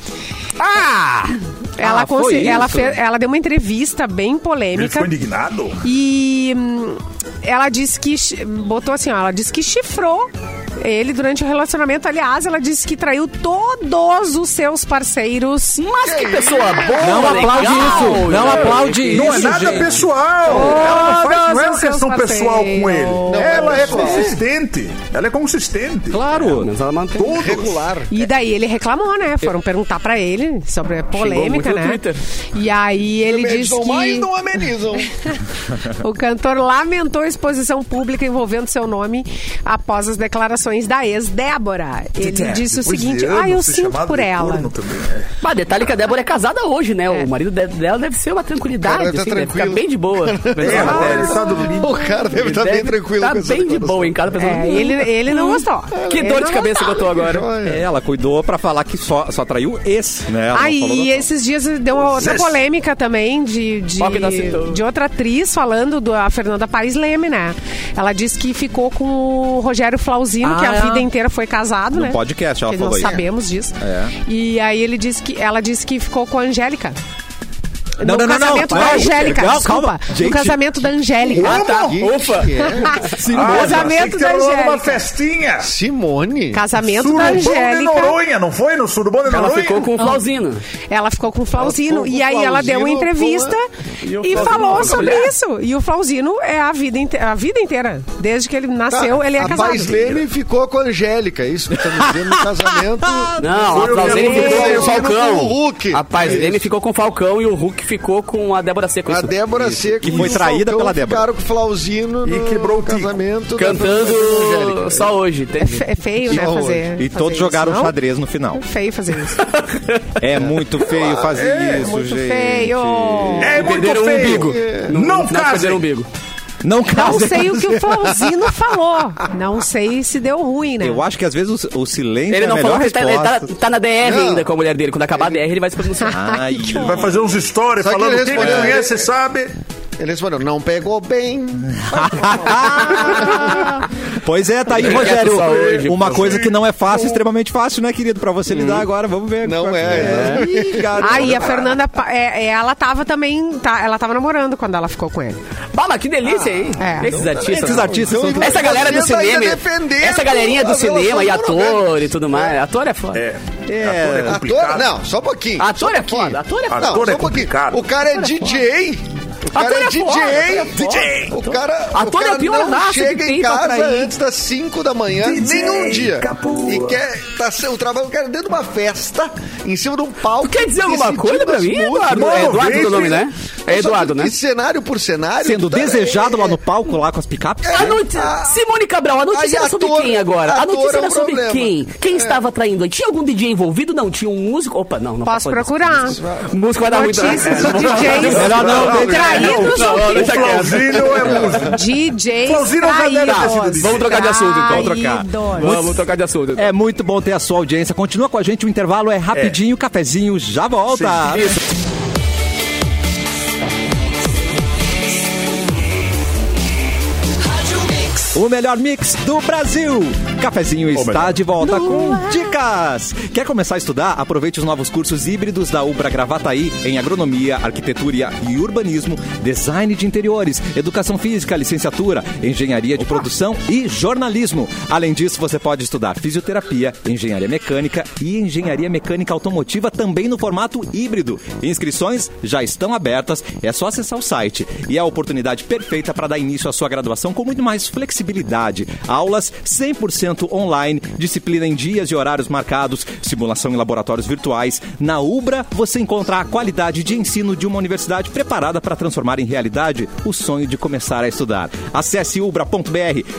Speaker 4: Ah!
Speaker 3: Ela,
Speaker 1: Ah, foi
Speaker 3: conse-
Speaker 1: isso?
Speaker 3: ela, fe- ela deu uma entrevista bem
Speaker 6: Ele
Speaker 3: polêmica.
Speaker 6: ficou indignado?
Speaker 3: E hum, ela disse que. chi- Botou assim, ó, ela disse que chifrou ele durante o relacionamento. Aliás, ela disse que traiu todos os seus parceiros.
Speaker 4: Mas que pessoa boa!
Speaker 1: Não aplaude isso! Não aplaude
Speaker 6: Não é
Speaker 1: isso,
Speaker 6: nada
Speaker 1: gente.
Speaker 6: pessoal! ela não, faz, não é
Speaker 3: Todos
Speaker 6: uma
Speaker 3: os seus
Speaker 6: questão pessoal com
Speaker 3: parceiros.
Speaker 6: ele.
Speaker 3: Não,
Speaker 5: é
Speaker 6: ela é
Speaker 5: pessoal.
Speaker 6: consistente. Ela é consistente.
Speaker 1: Claro!
Speaker 4: Mas ela mantém.
Speaker 6: Todos.
Speaker 5: Regular.
Speaker 3: E daí ele reclamou, né? Foram perguntar pra ele sobre a
Speaker 4: muito
Speaker 3: polêmenica,
Speaker 4: no
Speaker 3: né?
Speaker 4: Twitter.
Speaker 3: E aí ele
Speaker 5: Eles
Speaker 3: diz
Speaker 6: é
Speaker 5: não mais
Speaker 3: que
Speaker 5: não amenizam.
Speaker 3: o cantor lamentou a exposição pública envolvendo seu nome após as declarações da ex Débora. Ele disse o
Speaker 6: Depois de
Speaker 3: seguinte:
Speaker 6: anos,
Speaker 3: "Ah, eu
Speaker 6: ser
Speaker 3: sinto
Speaker 6: é, chamado
Speaker 3: por
Speaker 6: de
Speaker 3: ela".
Speaker 6: corno também, é.
Speaker 4: Mas detalhe que a Débora é casada hoje, né? O marido de- dela deve ser uma
Speaker 5: Cara,
Speaker 4: tranquilidade,
Speaker 5: tá
Speaker 4: assim, deve ficar
Speaker 5: tranquilo.
Speaker 4: bem de boa.
Speaker 6: É, ela
Speaker 3: "Ah,
Speaker 6: deve estar dormindo.
Speaker 5: O cara deve estar bem tranquilo
Speaker 4: Tá
Speaker 5: com essa
Speaker 4: bem de
Speaker 5: declaração.
Speaker 4: boa em casa, pensando...
Speaker 3: É, ele, ele não gostou.
Speaker 4: um Que
Speaker 3: Ele é
Speaker 4: dor
Speaker 3: não
Speaker 4: de cabeça que eu tô agora.
Speaker 5: Olha.
Speaker 1: Ela cuidou pra falar que só, só traiu esse, né? Ela não falou
Speaker 3: Aí,
Speaker 1: da-
Speaker 3: esses dias deu uma outra polêmica também de, de,
Speaker 4: Ó, que nós citamos.
Speaker 3: de outra atriz falando da Fernanda Paes Leme, né? Ela disse que ficou com o Rogério Flauzino,
Speaker 1: Ah,
Speaker 3: que a
Speaker 1: é.
Speaker 3: vida inteira foi casado,
Speaker 1: No
Speaker 3: né?
Speaker 1: podcast ela
Speaker 3: que
Speaker 1: falou
Speaker 3: nós
Speaker 1: isso.
Speaker 3: sabemos disso.
Speaker 1: É.
Speaker 3: E aí ele disse que ela disse que ficou com a Angélica.
Speaker 1: Não,
Speaker 3: no
Speaker 1: não, não, não,
Speaker 3: casamento da
Speaker 1: não.
Speaker 3: Angélica,
Speaker 1: Não,
Speaker 3: desculpa.
Speaker 1: calma.
Speaker 3: No
Speaker 1: Gente.
Speaker 3: casamento da Angélica.
Speaker 4: Ah, tá.
Speaker 5: Que
Speaker 4: Ufa!
Speaker 5: que é?
Speaker 6: Ah, achei
Speaker 3: casamento
Speaker 6: que
Speaker 3: da
Speaker 6: tava rolando uma
Speaker 3: Angélica.
Speaker 6: festinha.
Speaker 5: Simone?
Speaker 3: Casamento da
Speaker 6: Surubão de
Speaker 3: Angélica.
Speaker 6: Noronha, não foi? No Surubão de
Speaker 4: Ela
Speaker 6: Noronha?
Speaker 4: ficou com o Flauzino.
Speaker 3: Ela ficou com o Flauzino.
Speaker 5: Ela ficou com
Speaker 3: e aí ela deu uma
Speaker 5: Flauzino,
Speaker 3: entrevista
Speaker 4: E o
Speaker 3: e
Speaker 4: Flauzino
Speaker 3: falou
Speaker 4: nunca
Speaker 3: sobre
Speaker 4: mulher.
Speaker 3: isso. E o Flauzino é a vida, inte- a vida inteira. Desde que ele nasceu, ele é
Speaker 5: Tá, a
Speaker 3: casado.
Speaker 5: Paz Leme ficou com a Angélica, é isso que estamos vendo no casamento.
Speaker 4: Não, a
Speaker 6: Foi o
Speaker 4: Flauzino ficou
Speaker 6: Flauzino
Speaker 4: com
Speaker 5: com
Speaker 4: o
Speaker 5: o
Speaker 4: Falcão.
Speaker 5: Hulk.
Speaker 4: A Paz Leme ficou com o Falcão e o Hulk ficou com a Débora Seco.
Speaker 5: A
Speaker 4: isso.
Speaker 5: Débora Seco
Speaker 1: que foi
Speaker 5: e o
Speaker 1: traída
Speaker 5: Falcão
Speaker 1: pela Débora.
Speaker 5: Ficaram com o Flauzino
Speaker 6: E
Speaker 5: no
Speaker 6: quebrou o tico.
Speaker 5: casamento. da Fernanda
Speaker 4: Cantando
Speaker 5: Angélica.
Speaker 4: só hoje,
Speaker 3: É
Speaker 4: entende?
Speaker 3: fe- é feio, né,
Speaker 5: Só
Speaker 3: fazer
Speaker 1: E
Speaker 3: fazer
Speaker 1: todos
Speaker 3: isso,
Speaker 1: jogaram
Speaker 3: não?
Speaker 1: xadrez no final.
Speaker 3: Feio fazer isso.
Speaker 1: É muito feio fazer isso,
Speaker 3: Muito
Speaker 1: gente.
Speaker 3: feio.
Speaker 6: É muito
Speaker 4: Perderam o
Speaker 6: feio. É.
Speaker 4: umbigo. No- no final,
Speaker 6: Não
Speaker 4: Perderam o
Speaker 6: casem.
Speaker 4: um umbigo.
Speaker 1: Não
Speaker 3: Não
Speaker 1: casa.
Speaker 3: sei o que o Flauzino falou. Não sei se deu ruim, né?
Speaker 1: Eu acho que às vezes o, o silêncio
Speaker 4: Ele
Speaker 1: é a
Speaker 4: não
Speaker 1: melhor
Speaker 4: falou que ele tá, ele
Speaker 1: resposta. Ah.
Speaker 4: tá- tá na DR
Speaker 5: Não.
Speaker 4: ainda com a mulher dele. Quando acabar a DR, ele vai se pronunciar.
Speaker 1: Ai,
Speaker 6: Vai fazer uns stories
Speaker 5: Só que
Speaker 6: falando
Speaker 5: ele
Speaker 6: quem
Speaker 5: respondeu,
Speaker 6: conhece,
Speaker 5: é.
Speaker 6: sabe?
Speaker 5: Ele respondeu, não pegou bem.
Speaker 1: Pois é, tá aí,
Speaker 4: Quieto
Speaker 1: Rogério.
Speaker 4: só hoje,
Speaker 1: uma
Speaker 4: pô.
Speaker 1: coisa que não é fácil, extremamente fácil, né, querido? Pra você
Speaker 4: Hum.
Speaker 1: lidar agora, vamos ver.
Speaker 5: Não
Speaker 1: Pra-
Speaker 5: é,
Speaker 1: Ih, garoto.
Speaker 3: Aí a Fernanda, Pa- é, é, ela tava também, tá, ela tava namorando quando ela ficou com ele.
Speaker 4: Bala, que delícia, hein?
Speaker 3: É.
Speaker 4: Esses artistas.
Speaker 1: Esses artistas são
Speaker 4: Essa galera do
Speaker 5: Você tá ainda
Speaker 4: cinema.
Speaker 5: defendendo
Speaker 4: Essa galerinha do
Speaker 5: a
Speaker 4: cinema e
Speaker 5: relação
Speaker 4: ator e tudo mais. Ator é foda.
Speaker 6: É.
Speaker 1: É.
Speaker 6: Ator é
Speaker 5: Ator,
Speaker 6: complicado.
Speaker 5: não, só um pouquinho.
Speaker 4: Ator
Speaker 5: só um
Speaker 4: é foda.
Speaker 5: pouquinho.
Speaker 4: Ator é foda.
Speaker 5: Não,
Speaker 6: Ator
Speaker 5: só
Speaker 6: é
Speaker 5: um pouquinho.
Speaker 6: complicado.
Speaker 5: O cara é DJ. O cara é
Speaker 4: Ator é
Speaker 5: DJ,
Speaker 4: foda,
Speaker 5: DJ. O cara, o
Speaker 4: Ator é a
Speaker 5: cara
Speaker 4: pior raça
Speaker 5: não
Speaker 4: que
Speaker 5: chega em
Speaker 4: tem pra
Speaker 5: casa
Speaker 4: atrair.
Speaker 5: antes das 5 da manhã, nenhum dia. E quer tá, se- o trabalho, o cara dentro de uma festa, em cima de um palco.
Speaker 4: Tu quer dizer alguma
Speaker 5: decidindo
Speaker 4: coisa pra
Speaker 5: as
Speaker 4: mim,
Speaker 5: músicas.
Speaker 4: Eduardo? É Eduardo teu nome, né? É
Speaker 5: Só que
Speaker 4: Eduardo, né?
Speaker 5: de cenário por cenário.
Speaker 1: Sendo
Speaker 5: tu tá-
Speaker 1: desejado
Speaker 5: é-
Speaker 1: lá no palco, lá com as picapes.
Speaker 4: A noti- Simone Cabral, a notícia
Speaker 5: Aí,
Speaker 4: era sobre
Speaker 5: ator-
Speaker 4: quem agora? A
Speaker 5: ator
Speaker 4: notícia
Speaker 5: é
Speaker 4: era
Speaker 5: um
Speaker 4: sobre
Speaker 5: problema.
Speaker 4: quem? Quem estava traindo? Tinha algum DJ envolvido? Não, tinha um músico. Opa, não, não
Speaker 3: Posso
Speaker 4: pode-
Speaker 3: procurar.
Speaker 4: Músico vai dar muito.
Speaker 3: Notícias de DJs.
Speaker 1: Melhor não,
Speaker 6: não,
Speaker 3: Traídos
Speaker 4: não, não,
Speaker 3: ou
Speaker 4: deixa quieto.
Speaker 6: Flauzino é música.
Speaker 3: DJs
Speaker 6: Flauzino Zanella ter sido
Speaker 3: traídos.
Speaker 6: Vamos
Speaker 4: trocar de assunto, então.
Speaker 1: Vamos trocar.
Speaker 3: Traídos.
Speaker 4: Vamos, vamos trocar de assunto. então.
Speaker 1: É muito bom ter a sua audiência. Continua com a gente, o intervalo é rapidinho, o cafezinho já volta. O melhor mix do Brasil. Cafezinho está
Speaker 6: melhor.
Speaker 1: de volta com dicas. Quer começar a estudar? Aproveite os novos cursos híbridos da Ubra Gravataí em agronomia, arquitetura e urbanismo, design de interiores, educação física, licenciatura, engenharia de produção e jornalismo. Além disso, você pode estudar fisioterapia, engenharia mecânica e engenharia mecânica automotiva também no formato híbrido. Inscrições já estão abertas, é só acessar o site. E é a oportunidade perfeita para dar início à sua graduação com muito mais flexibilidade. Aulas 100% online, disciplina em dias e horários marcados, simulação em laboratórios virtuais. Na Ubra, você encontra a qualidade de ensino de uma universidade preparada para transformar em realidade o sonho de começar a estudar. Acesse ubra.br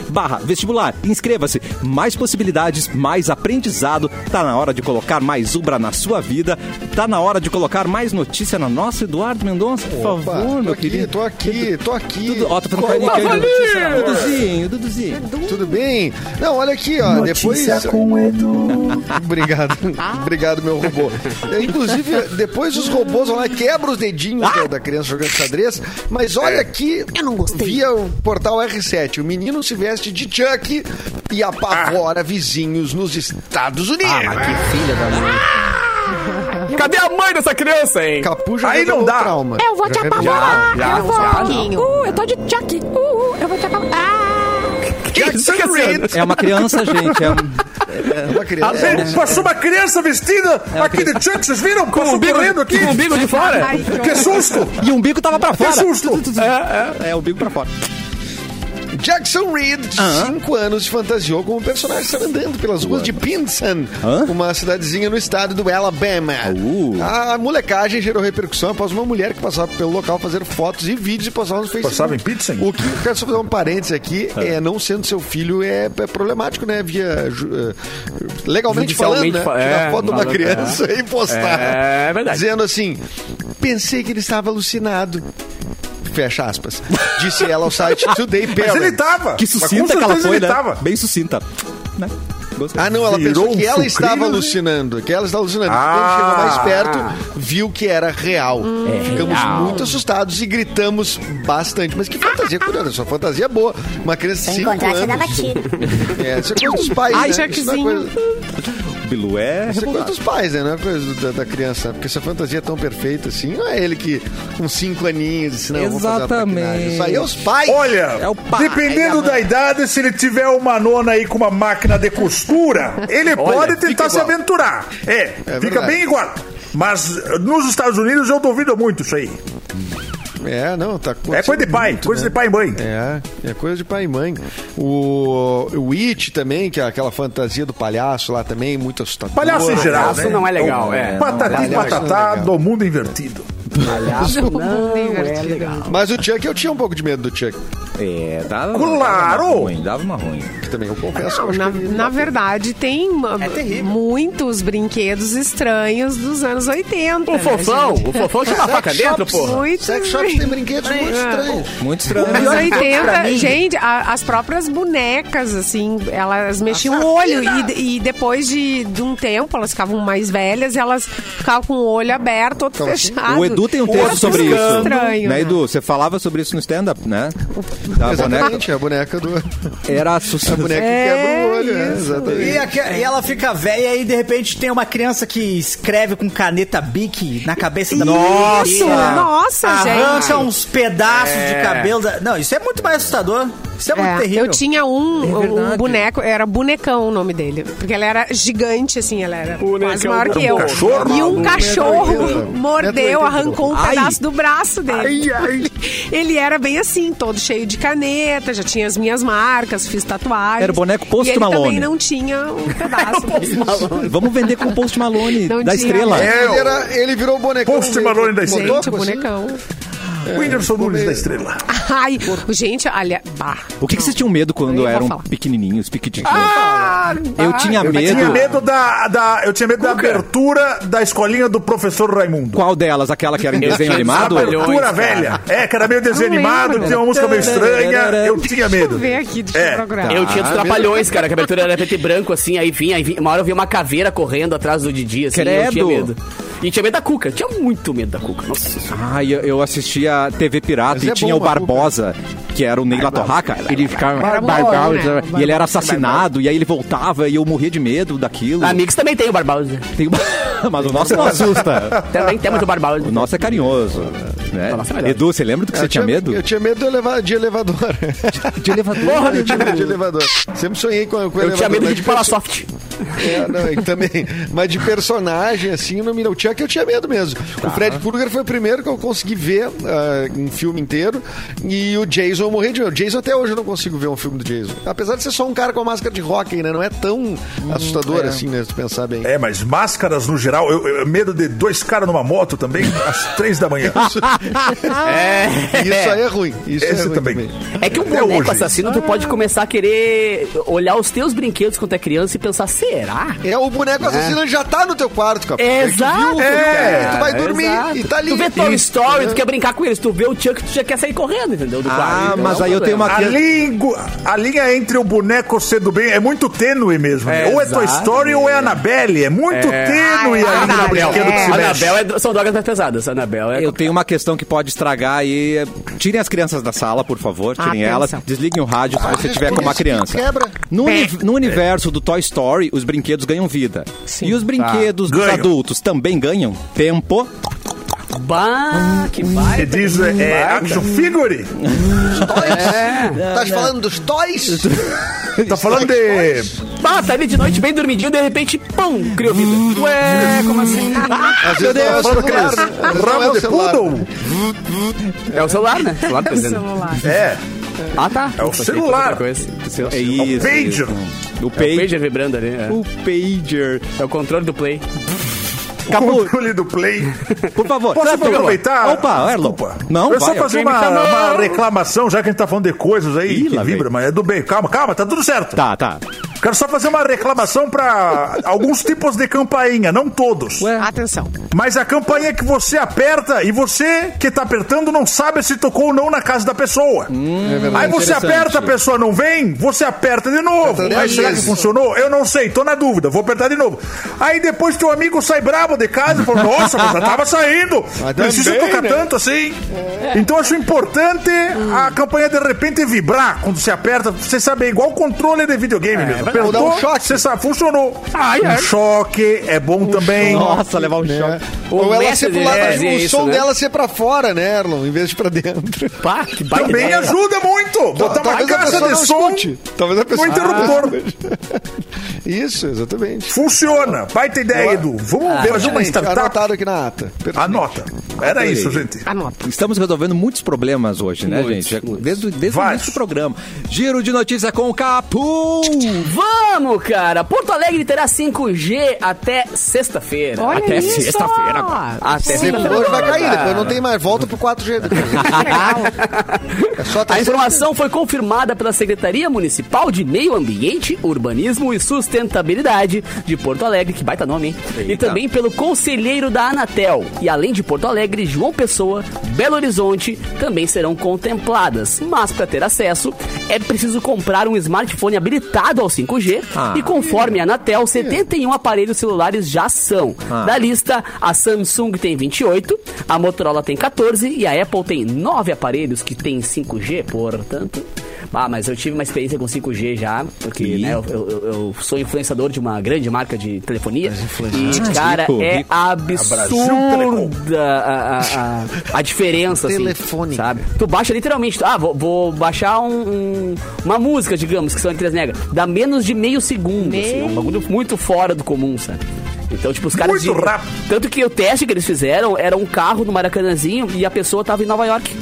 Speaker 1: barra vestibular, inscreva-se. Mais possibilidades, mais aprendizado. Tá na hora de colocar mais Ubra na sua vida. Tá na hora de colocar mais notícia na nossa, Eduardo Mendonça, por
Speaker 5: Opa,
Speaker 1: favor,
Speaker 5: tô
Speaker 1: meu
Speaker 5: aqui,
Speaker 1: querido.
Speaker 5: tô aqui, tô tá aqui.
Speaker 1: Dudu- Ó, tô fazendo carinho
Speaker 5: Qual-
Speaker 1: aqui. olha,
Speaker 5: Olá,
Speaker 1: notícia. Duduzinho, Duduzinho.
Speaker 5: Tudo bem? Não, olha aqui, ó. depois. Obrigado. Obrigado, meu robô. É, Inclusive, depois os robôs vão lá e quebram os dedinhos da, da criança jogando xadrez. Mas
Speaker 8: É.
Speaker 5: olha aqui, eu não gostei. via o portal R7, o menino se veste de Chuck e apavora vizinhos nos Estados Unidos.
Speaker 6: Ah,
Speaker 4: Cadê a mãe dessa criança, hein? Ah,
Speaker 5: Capu já
Speaker 6: Aí
Speaker 5: revelou
Speaker 6: não dá.
Speaker 5: trauma. É,
Speaker 8: Eu vou te
Speaker 5: Já revelou-
Speaker 8: apavorar!
Speaker 4: já,
Speaker 8: eu vou!
Speaker 3: um
Speaker 4: já,
Speaker 8: uh, eu tô de Chuck! Uh, uh, eu vou te apavorar! Ah!
Speaker 6: Jackson
Speaker 4: Isso,
Speaker 6: Reed.
Speaker 1: É uma criança, gente. É um...
Speaker 5: É uma
Speaker 6: Ah,
Speaker 5: criança.
Speaker 6: bem, Passou uma criança vestida aqui de Chuck, vocês viram?
Speaker 4: É. Com o
Speaker 6: Passou
Speaker 4: umbigo,
Speaker 6: correndo aqui.
Speaker 4: com o um umbigo de fora?
Speaker 3: Ai, que
Speaker 6: Que susto!
Speaker 1: E o umbigo tava pra
Speaker 6: Que
Speaker 1: fora.
Speaker 6: susto!
Speaker 1: É, o umbigo pra fora.
Speaker 5: Jackson Reed, de 5 anos, se fantasiou como um personagem que estava andando pelas ruas de Pinson,
Speaker 1: Hã?
Speaker 5: uma cidadezinha no estado do Alabama.
Speaker 1: Uh.
Speaker 5: A molecagem gerou repercussão após uma mulher que passava pelo local fazer fotos e vídeos e postava no Facebook.
Speaker 6: Passava em Pinson?
Speaker 5: O que eu quero só fazer um parênteses aqui, é, não sendo seu filho é, é problemático, né? Via ju- eh, legalmente falando,
Speaker 4: Judicialmente
Speaker 5: né?
Speaker 4: fa-
Speaker 5: Tirar
Speaker 4: é,
Speaker 5: foto de uma
Speaker 4: maluco,
Speaker 5: criança e postar.
Speaker 4: É verdade.
Speaker 5: Dizendo assim, pensei que ele estava alucinado. Fecha aspas. Disse ela ao site Today Parent.
Speaker 6: Mas ele
Speaker 4: tá
Speaker 6: tava!
Speaker 1: Que
Speaker 6: Mas
Speaker 1: sucinta
Speaker 6: com
Speaker 1: que ela
Speaker 6: certeza
Speaker 1: foi,
Speaker 6: ele
Speaker 1: né?
Speaker 6: tava.
Speaker 1: Bem sucinta. Né? Gostei.
Speaker 5: Ah, não, ela
Speaker 6: Virou
Speaker 5: pensou que
Speaker 6: um
Speaker 5: ela
Speaker 6: sucrilhos,
Speaker 5: estava
Speaker 6: né?
Speaker 5: alucinando, que ela estava alucinando. Quando
Speaker 6: Ah.
Speaker 5: chegou mais perto, viu que era real. Ficamos muito assustados e gritamos bastante. Mas que fantasia curiosa, só fantasia boa. Uma criança de
Speaker 7: Se
Speaker 5: 5
Speaker 7: encontrar, você dava
Speaker 5: anos.
Speaker 7: tiro.
Speaker 5: É, isso é coisa dos pais,
Speaker 3: Ai,
Speaker 5: né? Isso não é
Speaker 3: Jackzinho.
Speaker 5: coisa,
Speaker 1: O Bilu é
Speaker 5: isso é coisa
Speaker 1: revoltado.
Speaker 5: dos pais, né? Não é coisa do- da, da criança. Porque essa fantasia é tão perfeita assim, não é ele que com 5 aninhos disse, não, eu vou fazer uma
Speaker 1: Exatamente.
Speaker 5: traquinagem. Isso aí é os pais.
Speaker 6: Olha,
Speaker 1: É o pai,
Speaker 6: dependendo
Speaker 1: é a
Speaker 6: da idade, se ele tiver uma nona aí com uma máquina de costura, ele pode tentar se
Speaker 5: igual.
Speaker 6: aventurar. É, fica
Speaker 5: verdade.
Speaker 6: bem igual. Mas eh, nos Estados Unidos eu duvido muito isso aí.
Speaker 5: É, não, tá
Speaker 6: É coisa de pai,
Speaker 5: muito,
Speaker 6: coisa
Speaker 5: né?
Speaker 6: de pai e mãe.
Speaker 5: É, é coisa de pai e mãe. O, o It também, que é aquela fantasia do palhaço lá também, muito assustador.
Speaker 6: Palhaço em geral,
Speaker 4: Palhaço
Speaker 6: né?
Speaker 4: não é legal, é.
Speaker 6: Patati e
Speaker 5: Palhaço não é
Speaker 6: patatá
Speaker 5: legal.
Speaker 6: do mundo invertido.
Speaker 5: é Mas o Chuck, eu tinha um pouco de medo do Chuck,
Speaker 1: É, dava,
Speaker 6: Claro!
Speaker 1: dava uma ruim, dava uma ruim.
Speaker 5: que também eu confesso. eu É acho
Speaker 3: Na,
Speaker 5: que ele-
Speaker 3: na verdade, tem ma- muitos brinquedos estranhos dos anos 80.
Speaker 4: O
Speaker 3: né,
Speaker 4: fofão,
Speaker 3: gente? É
Speaker 4: o fofão tinha uma faca
Speaker 5: Sex
Speaker 4: dentro,
Speaker 5: shops.
Speaker 4: porra.
Speaker 3: Muito
Speaker 5: Sex shops
Speaker 3: bem.
Speaker 5: tem brinquedos muito
Speaker 3: É.
Speaker 5: estranhos.
Speaker 1: Muito estranho.
Speaker 3: Anos 80, gente, a- as próprias bonecas, assim, elas mexiam o olho e, e depois de, de um tempo, elas ficavam mais velhas, elas ficavam com o olho aberto, outro
Speaker 5: Então, assim,
Speaker 3: fechado.
Speaker 1: O Edu tem um
Speaker 3: Era
Speaker 1: texto sobre
Speaker 3: muito
Speaker 1: isso.
Speaker 3: é Estranho,
Speaker 1: né,
Speaker 3: né?
Speaker 1: Edu? Você falava sobre isso no stand-up, né? Da boneca.
Speaker 5: Exatamente, a boneca do. A
Speaker 1: Era assustador.
Speaker 5: boneca
Speaker 3: É,
Speaker 5: que quebra o olho, né? Exatamente.
Speaker 2: E, aque- e ela fica velha e de repente tem uma criança que escreve com caneta bique na cabeça da
Speaker 3: Nossa,
Speaker 2: menina.
Speaker 3: nossa, gente.
Speaker 2: Arranca uns pedaços de cabelo. da- Não, isso é muito mais assustador. Isso é muito
Speaker 3: É,
Speaker 2: terrível.
Speaker 3: eu tinha um, um
Speaker 2: verdade.
Speaker 3: boneco, era Bonecão o nome dele. Porque ela era gigante, assim, ela era quase maior que eu.
Speaker 6: cachorro?
Speaker 3: e um
Speaker 5: Maluco, metro e
Speaker 3: cachorro
Speaker 5: oitenta.
Speaker 3: mordeu,
Speaker 5: Metro e oitenta.
Speaker 3: arrancou um
Speaker 1: Ai.
Speaker 3: pedaço do braço dele.
Speaker 5: Ai, ai.
Speaker 3: Ele era bem assim, todo cheio de caneta, já tinha as minhas marcas, fiz tatuagem.
Speaker 1: Era o boneco Post
Speaker 3: E ele
Speaker 1: Malone.
Speaker 3: também não tinha um pedaço.
Speaker 1: É. Vamos vender com o Post Malone
Speaker 3: Não
Speaker 1: da
Speaker 3: tinha.
Speaker 1: estrela.
Speaker 6: É.
Speaker 5: Ele, era, ele virou o bonecão.
Speaker 6: Post
Speaker 5: mesmo.
Speaker 6: Malone da
Speaker 5: Botou
Speaker 6: esquerda.
Speaker 3: Gente, o
Speaker 5: assim?
Speaker 3: bonecão.
Speaker 6: O Whindersson Nunes da Estrela.
Speaker 3: Ai, gente, olha, bah.
Speaker 1: O que, que vocês tinham medo
Speaker 3: Eu
Speaker 1: quando
Speaker 3: vou
Speaker 1: eram
Speaker 3: falar.
Speaker 1: pequenininhos, piquitinhos?
Speaker 3: Ah!
Speaker 1: eu
Speaker 3: Tá.
Speaker 1: tinha
Speaker 6: Eu
Speaker 1: medo.
Speaker 6: tinha medo da, da- eu tinha medo da abertura da escolinha do professor Raimundo.
Speaker 1: Qual delas? Aquela que era em
Speaker 4: Eu
Speaker 1: desenho
Speaker 4: tinha
Speaker 1: animado?
Speaker 4: Trapalhões.
Speaker 6: Abertura
Speaker 4: cara.
Speaker 6: velha. É, que era meio desenho
Speaker 3: Não
Speaker 6: animado,
Speaker 3: lembro. né?
Speaker 6: tinha uma música meio estranha. Eu tinha
Speaker 3: Deixa
Speaker 6: medo.
Speaker 3: eu ver aqui, deixa
Speaker 6: É.
Speaker 3: eu procurar.
Speaker 4: Eu tinha dos trapalhões, cara, que a abertura era preto e branco, assim, aí vinha, aí vinha. Uma hora eu vi uma caveira correndo atrás do Didi, assim, e eu tinha
Speaker 1: Credo.
Speaker 4: medo. E tinha medo da Cuca, tinha muito medo da Cuca. Nossa senhora.
Speaker 1: Ai, eu, eu assistia TV Pirata
Speaker 5: Mas
Speaker 1: e
Speaker 5: é
Speaker 1: tinha
Speaker 5: bom,
Speaker 1: o Barbosa, que era o Ney Latorraca. Ele ficava Barbosa,
Speaker 3: né?
Speaker 1: e ele era assassinado, e aí ele voltava e eu morria de medo daquilo.
Speaker 4: A Mix também tem o Barbaldi.
Speaker 1: Tem- Mas o nosso não assusta.
Speaker 4: Também tem muito Barbaldi.
Speaker 1: O nosso é carinhoso. Né?
Speaker 4: Nossa, é melhor.
Speaker 1: Edu, você lembra do que
Speaker 5: Eu
Speaker 1: você tinha medo?
Speaker 5: Eu tinha medo de, eleva, de elevador.
Speaker 1: De elevador.
Speaker 5: eu tinha medo né? de elevador. Sempre sonhei com, com
Speaker 4: Eu tinha medo
Speaker 5: mas
Speaker 4: de Palasoft.
Speaker 5: É, não, eu também. Mas de personagem, assim, não me não tinha que eu tinha medo mesmo. O Fred Krueger foi o primeiro que eu consegui ver ah, um filme inteiro. E o Jason eu morri de medo. O Jason até hoje eu não consigo ver um filme do Jason. Apesar de ser só um cara com a máscara de rock, né? Não é tão assustador assim, né? Se tu pensar bem.
Speaker 6: É, mas máscaras no geral, eu, eu- medo de dois caras numa moto também, às três da manhã.
Speaker 4: É.
Speaker 5: Isso aí é ruim. Isso é
Speaker 6: Esse
Speaker 5: ruim
Speaker 6: também.
Speaker 5: também.
Speaker 4: É que um
Speaker 6: Até
Speaker 4: boneco
Speaker 6: hoje.
Speaker 4: assassino, tu pode começar a querer olhar os teus brinquedos quando é criança e pensar, será?
Speaker 5: É, o boneco assassino ele já tá no teu quarto, cara. É que tu
Speaker 4: Exato,
Speaker 5: viu o filme,
Speaker 6: cara.
Speaker 4: É.
Speaker 5: tu vai dormir
Speaker 4: Exato.
Speaker 5: e tá ali.
Speaker 4: Tu vê Toy
Speaker 5: Isso.
Speaker 4: Story, tu quer brincar com eles. Tu vê o Chuck, tu já quer sair correndo, entendeu? Do
Speaker 1: Ah,
Speaker 4: quarto. então, é um
Speaker 1: mas aí eu tenho uma...
Speaker 6: A, língua, a linha entre o boneco ser do bem é muito tênue mesmo. né? ou é Toy
Speaker 4: Exato.
Speaker 6: Story ou é Annabelle. É muito tênue
Speaker 3: Ah, é
Speaker 6: ainda o
Speaker 3: verdade,
Speaker 6: brinquedo que
Speaker 3: é.
Speaker 6: se mexe.
Speaker 4: Anabel é- são drogas mais pesadas. Anabel é...
Speaker 1: Eu tenho uma questão que pode estragar aí. Tirem as crianças da sala, por favor. Tirem
Speaker 4: Ah,
Speaker 3: Atenção.
Speaker 1: elas. Desliguem o rádio se você tiver
Speaker 5: por
Speaker 1: com uma
Speaker 5: isso que
Speaker 1: criança.
Speaker 5: quebra.
Speaker 1: No, uni- no universo do Toy Story, os brinquedos ganham vida. E os brinquedos dos
Speaker 6: Ganham.
Speaker 1: adultos também ganham tempo.
Speaker 4: Bah, Ah, que
Speaker 6: Ele
Speaker 4: baita.
Speaker 6: diz, é, é action figure.
Speaker 2: É.
Speaker 5: Tá falando dos toys?
Speaker 6: Tá falando de...
Speaker 4: Bah, tá ali de noite bem dormidinho, de repente, pum, criou vida. Ué, como assim?
Speaker 5: Às vezes não é o
Speaker 6: Tá falando
Speaker 5: celular, né? Às vezes não é
Speaker 6: aqueles rabo
Speaker 5: o
Speaker 6: de
Speaker 5: celular.
Speaker 6: poodle.
Speaker 4: É o celular, né? Celular
Speaker 3: O celular.
Speaker 6: É,
Speaker 4: Ah, tá.
Speaker 6: É o
Speaker 4: Pensei que
Speaker 6: celular.
Speaker 4: outra coisa.
Speaker 1: É isso.
Speaker 6: pager.
Speaker 1: isso. É O
Speaker 4: O
Speaker 1: pager.
Speaker 4: pager vibrando ali. É.
Speaker 1: O pager.
Speaker 4: É o controle do play.
Speaker 1: Capu,
Speaker 6: controle do Play.
Speaker 1: por favor.
Speaker 6: Posso
Speaker 1: Capu.
Speaker 6: aproveitar?
Speaker 1: tá Opa, Erlon.
Speaker 6: Desculpa.
Speaker 1: Não,
Speaker 6: eu
Speaker 1: vai,
Speaker 6: só fazer
Speaker 1: ok.
Speaker 6: uma,
Speaker 4: Não.
Speaker 6: uma reclamação, já que a gente tá falando de coisas aí
Speaker 1: Ih,
Speaker 6: que
Speaker 1: lá vem.
Speaker 6: vibra, mas é do bem. Calma, calma, tá tudo certo.
Speaker 1: Tá, tá.
Speaker 6: Quero só fazer uma reclamação pra alguns tipos de campainha, não todos.
Speaker 3: Atenção.
Speaker 6: Mas a campainha que você aperta e você que tá apertando não sabe se tocou ou não na casa da pessoa.
Speaker 1: Hum. É
Speaker 6: aí você aperta, a pessoa não vem, você aperta de novo.
Speaker 5: Aperta
Speaker 6: aí
Speaker 5: dez
Speaker 6: será que
Speaker 5: vezes.
Speaker 6: funcionou? Eu não sei, tô na dúvida, vou apertar de novo. Aí depois teu amigo sai brabo de casa e fala: Nossa, mas já tava saindo. Precisa
Speaker 5: também,
Speaker 6: tocar
Speaker 5: né?
Speaker 6: tanto assim. Então eu acho importante a campanha de repente vibrar quando você aperta. Você sabe, é igual controle de videogame mesmo.
Speaker 5: Ou dar
Speaker 6: Apertou,
Speaker 5: um choque. Um
Speaker 6: você sabe, funcionou. um choque é bom também.
Speaker 1: Nossa, levar um choque.
Speaker 5: Né? Ou ela
Speaker 4: mestre
Speaker 5: ser pro
Speaker 4: de
Speaker 5: lado,
Speaker 4: fazia
Speaker 5: o
Speaker 4: isso,
Speaker 5: som
Speaker 4: né?
Speaker 5: dela ser pra fora, né, Erlon? Em vez de pra dentro.
Speaker 4: Pá, que baita
Speaker 6: Também é.
Speaker 4: ideia.
Speaker 6: ajuda muito. Botar uma
Speaker 5: Talvez a
Speaker 6: caixa
Speaker 5: pessoa
Speaker 6: tá de
Speaker 5: não
Speaker 6: som
Speaker 5: escute. Talvez a
Speaker 6: no
Speaker 5: pessoa. Ah.
Speaker 6: interruptor.
Speaker 5: Isso, exatamente.
Speaker 6: Funciona. Baita ideia, Edu. Vamos fazer uma
Speaker 5: Ah, Gente,
Speaker 6: startup.
Speaker 5: Anotado aqui na ata.
Speaker 6: Anota. Era isso, gente.
Speaker 3: Anota.
Speaker 1: Estamos resolvendo muitos problemas hoje, né,
Speaker 4: Muitos,
Speaker 1: gente?
Speaker 4: muitos.
Speaker 1: Desde, desde o
Speaker 6: Vários.
Speaker 1: início do programa. Giro de notícia com o Capu.
Speaker 4: Vamos, cara! Porto Alegre terá 5G até sexta-feira.
Speaker 3: Olha
Speaker 4: até
Speaker 3: isso!
Speaker 4: sexta-feira. agora. Até
Speaker 5: Depois
Speaker 4: sexta-feira.
Speaker 5: vai cair,
Speaker 4: agora.
Speaker 5: depois não tem mais. Volta pro 4G. depois. É só
Speaker 4: A
Speaker 5: ter
Speaker 4: informação foi confirmada pela Secretaria Municipal de Meio Ambiente, Urbanismo e Sustentabilidade de Porto Alegre, que baita nome, hein? E também pelo conselheiro da Anatel. E além de Porto Alegre, João Pessoa, Belo Horizonte também serão contempladas. Mas para ter acesso, é preciso comprar um smartphone habilitado ao 5G
Speaker 1: Ah.
Speaker 4: e conforme a Anatel, 71 aparelhos celulares já são.
Speaker 1: Ah.
Speaker 4: Da lista, a Samsung tem 28, a Motorola tem 14 e a Apple tem 9 aparelhos que tem 5G, portanto. Ah, mas eu tive uma experiência com 5G já, porque né, eu, eu- eu sou influenciador de uma grande marca de telefonia. E, cara,
Speaker 1: Ah, rico,
Speaker 4: é
Speaker 1: rico.
Speaker 4: absurda a, a, a, a diferença, assim.
Speaker 5: Telefônica.
Speaker 4: Sabe? Tu baixa literalmente. tu- Ah, vou, vou baixar um- um- uma música, digamos, que são entre as negas. Dá menos de meio segundo. Assim, é um bagulho muito fora do comum, sabe? Então, tipo, os caras.
Speaker 6: Muito
Speaker 4: de-
Speaker 6: rápido.
Speaker 4: Tanto que o teste que eles fizeram era um carro no Maracanãzinho e a pessoa tava em Nova York.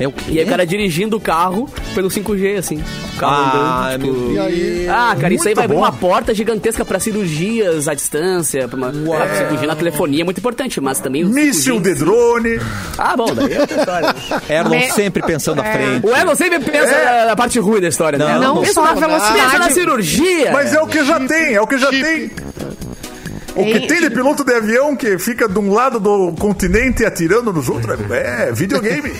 Speaker 1: É o quê?
Speaker 4: E aí o cara dirigindo o carro pelo 5G, assim. O carro
Speaker 1: Ah,
Speaker 4: andando,
Speaker 1: meu
Speaker 5: E aí,
Speaker 4: ah, cara, isso aí
Speaker 6: É Muito
Speaker 4: vai abrir
Speaker 6: bom.
Speaker 4: uma porta gigantesca pra cirurgias à distância, pra uma pra 5G na telefonia, é muito importante, mas também o
Speaker 6: Míssil
Speaker 4: 5G
Speaker 6: de drone.
Speaker 4: Ah, bom, daí é outra história.
Speaker 1: Erlon
Speaker 3: Me-
Speaker 1: sempre pensando à
Speaker 3: É.
Speaker 1: frente.
Speaker 4: O Elon sempre pensa na- na parte ruim da história, né?
Speaker 1: Não,
Speaker 4: Elon?
Speaker 3: Não
Speaker 1: Não,
Speaker 3: só a
Speaker 4: Pensa na
Speaker 3: velocidade.
Speaker 4: cirurgia.
Speaker 6: Mas é o que já tem, é o que já tem. O que
Speaker 3: Ei.
Speaker 6: tem de piloto de avião que fica de um lado do continente atirando nos outros é videogame.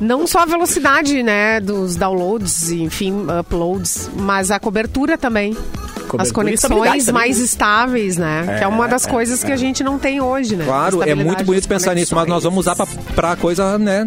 Speaker 3: Não só a velocidade, né, dos downloads, enfim, uploads, mas a cobertura também. As
Speaker 4: e estabilidade
Speaker 3: conexões
Speaker 4: também,
Speaker 3: mais
Speaker 4: né?
Speaker 3: estáveis, né? que é uma das coisas que a gente não tem hoje, né?
Speaker 1: Claro, é muito
Speaker 3: Estabilidade
Speaker 1: bonito
Speaker 3: das
Speaker 1: pensar nisso, mas nós vamos usar pra, pra coisa, né?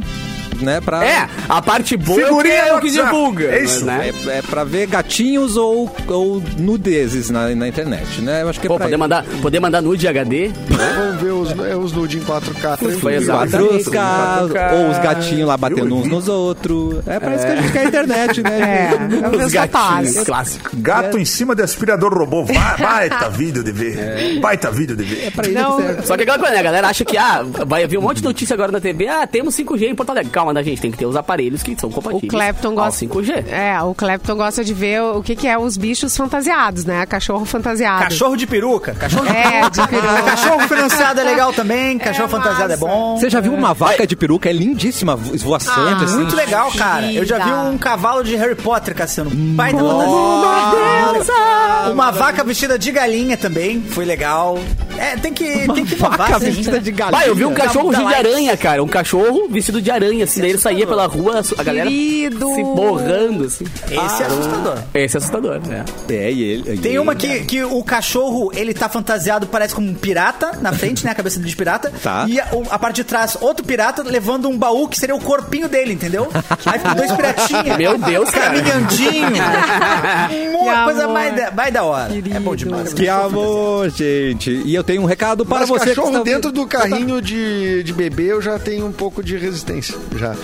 Speaker 1: Né, pra,
Speaker 4: É, a parte boa é o que-
Speaker 6: Figurinha
Speaker 4: é o
Speaker 6: no
Speaker 4: que
Speaker 6: WhatsApp.
Speaker 4: divulga.
Speaker 6: É
Speaker 4: mas,
Speaker 6: isso.
Speaker 4: né?
Speaker 1: É, é pra ver gatinhos ou, ou nudezes na, na internet, né? Eu acho que é
Speaker 4: Pô,
Speaker 1: pra
Speaker 4: poder
Speaker 1: isso.
Speaker 4: mandar, poder mandar nude HD.
Speaker 5: vamos ver os, é, os nude em 4K.
Speaker 4: Foi
Speaker 5: tranquilo.
Speaker 1: Os
Speaker 4: exato.
Speaker 1: quadruscas, ou os gatinhos lá batendo
Speaker 6: Eu
Speaker 1: uns
Speaker 6: vi.
Speaker 1: nos outros. É pra isso que a gente quer a internet, né?
Speaker 3: É,
Speaker 1: gente?
Speaker 3: eu
Speaker 4: Os
Speaker 3: vejo
Speaker 4: gatinhos,
Speaker 3: capaz.
Speaker 4: clássico.
Speaker 5: É.
Speaker 6: Gato em cima de aspirador robô. Ba- Baita vídeo de ver.
Speaker 5: É.
Speaker 6: Baita vídeo de ver.
Speaker 3: Não,
Speaker 4: Só que aquela coisa, né? A galera acha que ah, vai haver um monte de notícia agora na TV. Ah, temos 5G em Porto Alegre. Calma, né, gente? Tem que ter os aparelhos que são compatíveis.
Speaker 3: o Clapton
Speaker 4: ao
Speaker 3: gosta.
Speaker 4: 5G.
Speaker 3: É, o Clapton gosta de ver o que, que é os bichos fantasiados, né? Cachorro fantasiado.
Speaker 2: Cachorro de peruca. Cachorro de
Speaker 3: É, de peruca.
Speaker 2: Cachorro financiado é legal também, cachorro fantasiado é
Speaker 3: massa.
Speaker 2: bom. É
Speaker 1: Você já viu uma vaca de peruca? É lindíssima, vo- esvoaçante,
Speaker 3: Ah,
Speaker 1: assim.
Speaker 2: Muito legal, cara. Eu já vi
Speaker 3: Vida.
Speaker 2: um cavalo de Harry Potter, Cassiano. Pai da fantasia. Uma vaca vestida de galinha também. Foi legal. É, tem que, tem que inovar,
Speaker 1: Vaca
Speaker 2: sim.
Speaker 1: vestida de galinha.
Speaker 4: Vai, eu vi um cachorro
Speaker 2: Dá
Speaker 4: vestido de
Speaker 2: like.
Speaker 4: aranha, cara. Um cachorro vestido de aranha. Assim, daí ele saía pela rua, a su- a galera
Speaker 3: Querido.
Speaker 4: se borrando, assim.
Speaker 2: Esse é assustador.
Speaker 4: Esse é assustador, né?
Speaker 1: É, e ele,
Speaker 2: Tem
Speaker 1: e-
Speaker 2: uma que, que o cachorro, ele tá fantasiado, parece como um pirata na frente, né? A cabeça de pirata.
Speaker 1: Tá.
Speaker 2: E a, o- a parte de trás, outro pirata levando um baú que seria o corpinho dele, entendeu? Aí ficam dois piratinhos.
Speaker 4: Meu Deus, cara.
Speaker 2: Caminhandinho. Uma
Speaker 3: Que
Speaker 2: coisa
Speaker 3: amor.
Speaker 2: mais da, mais da hora. É bom demais.
Speaker 1: Que amor, gente. E eu tenho um recado para
Speaker 5: Mas
Speaker 1: você. que
Speaker 5: cachorro
Speaker 1: está ouvindo.
Speaker 5: dentro do carrinho de, de bebê, eu já tenho um pouco de resistência. Já.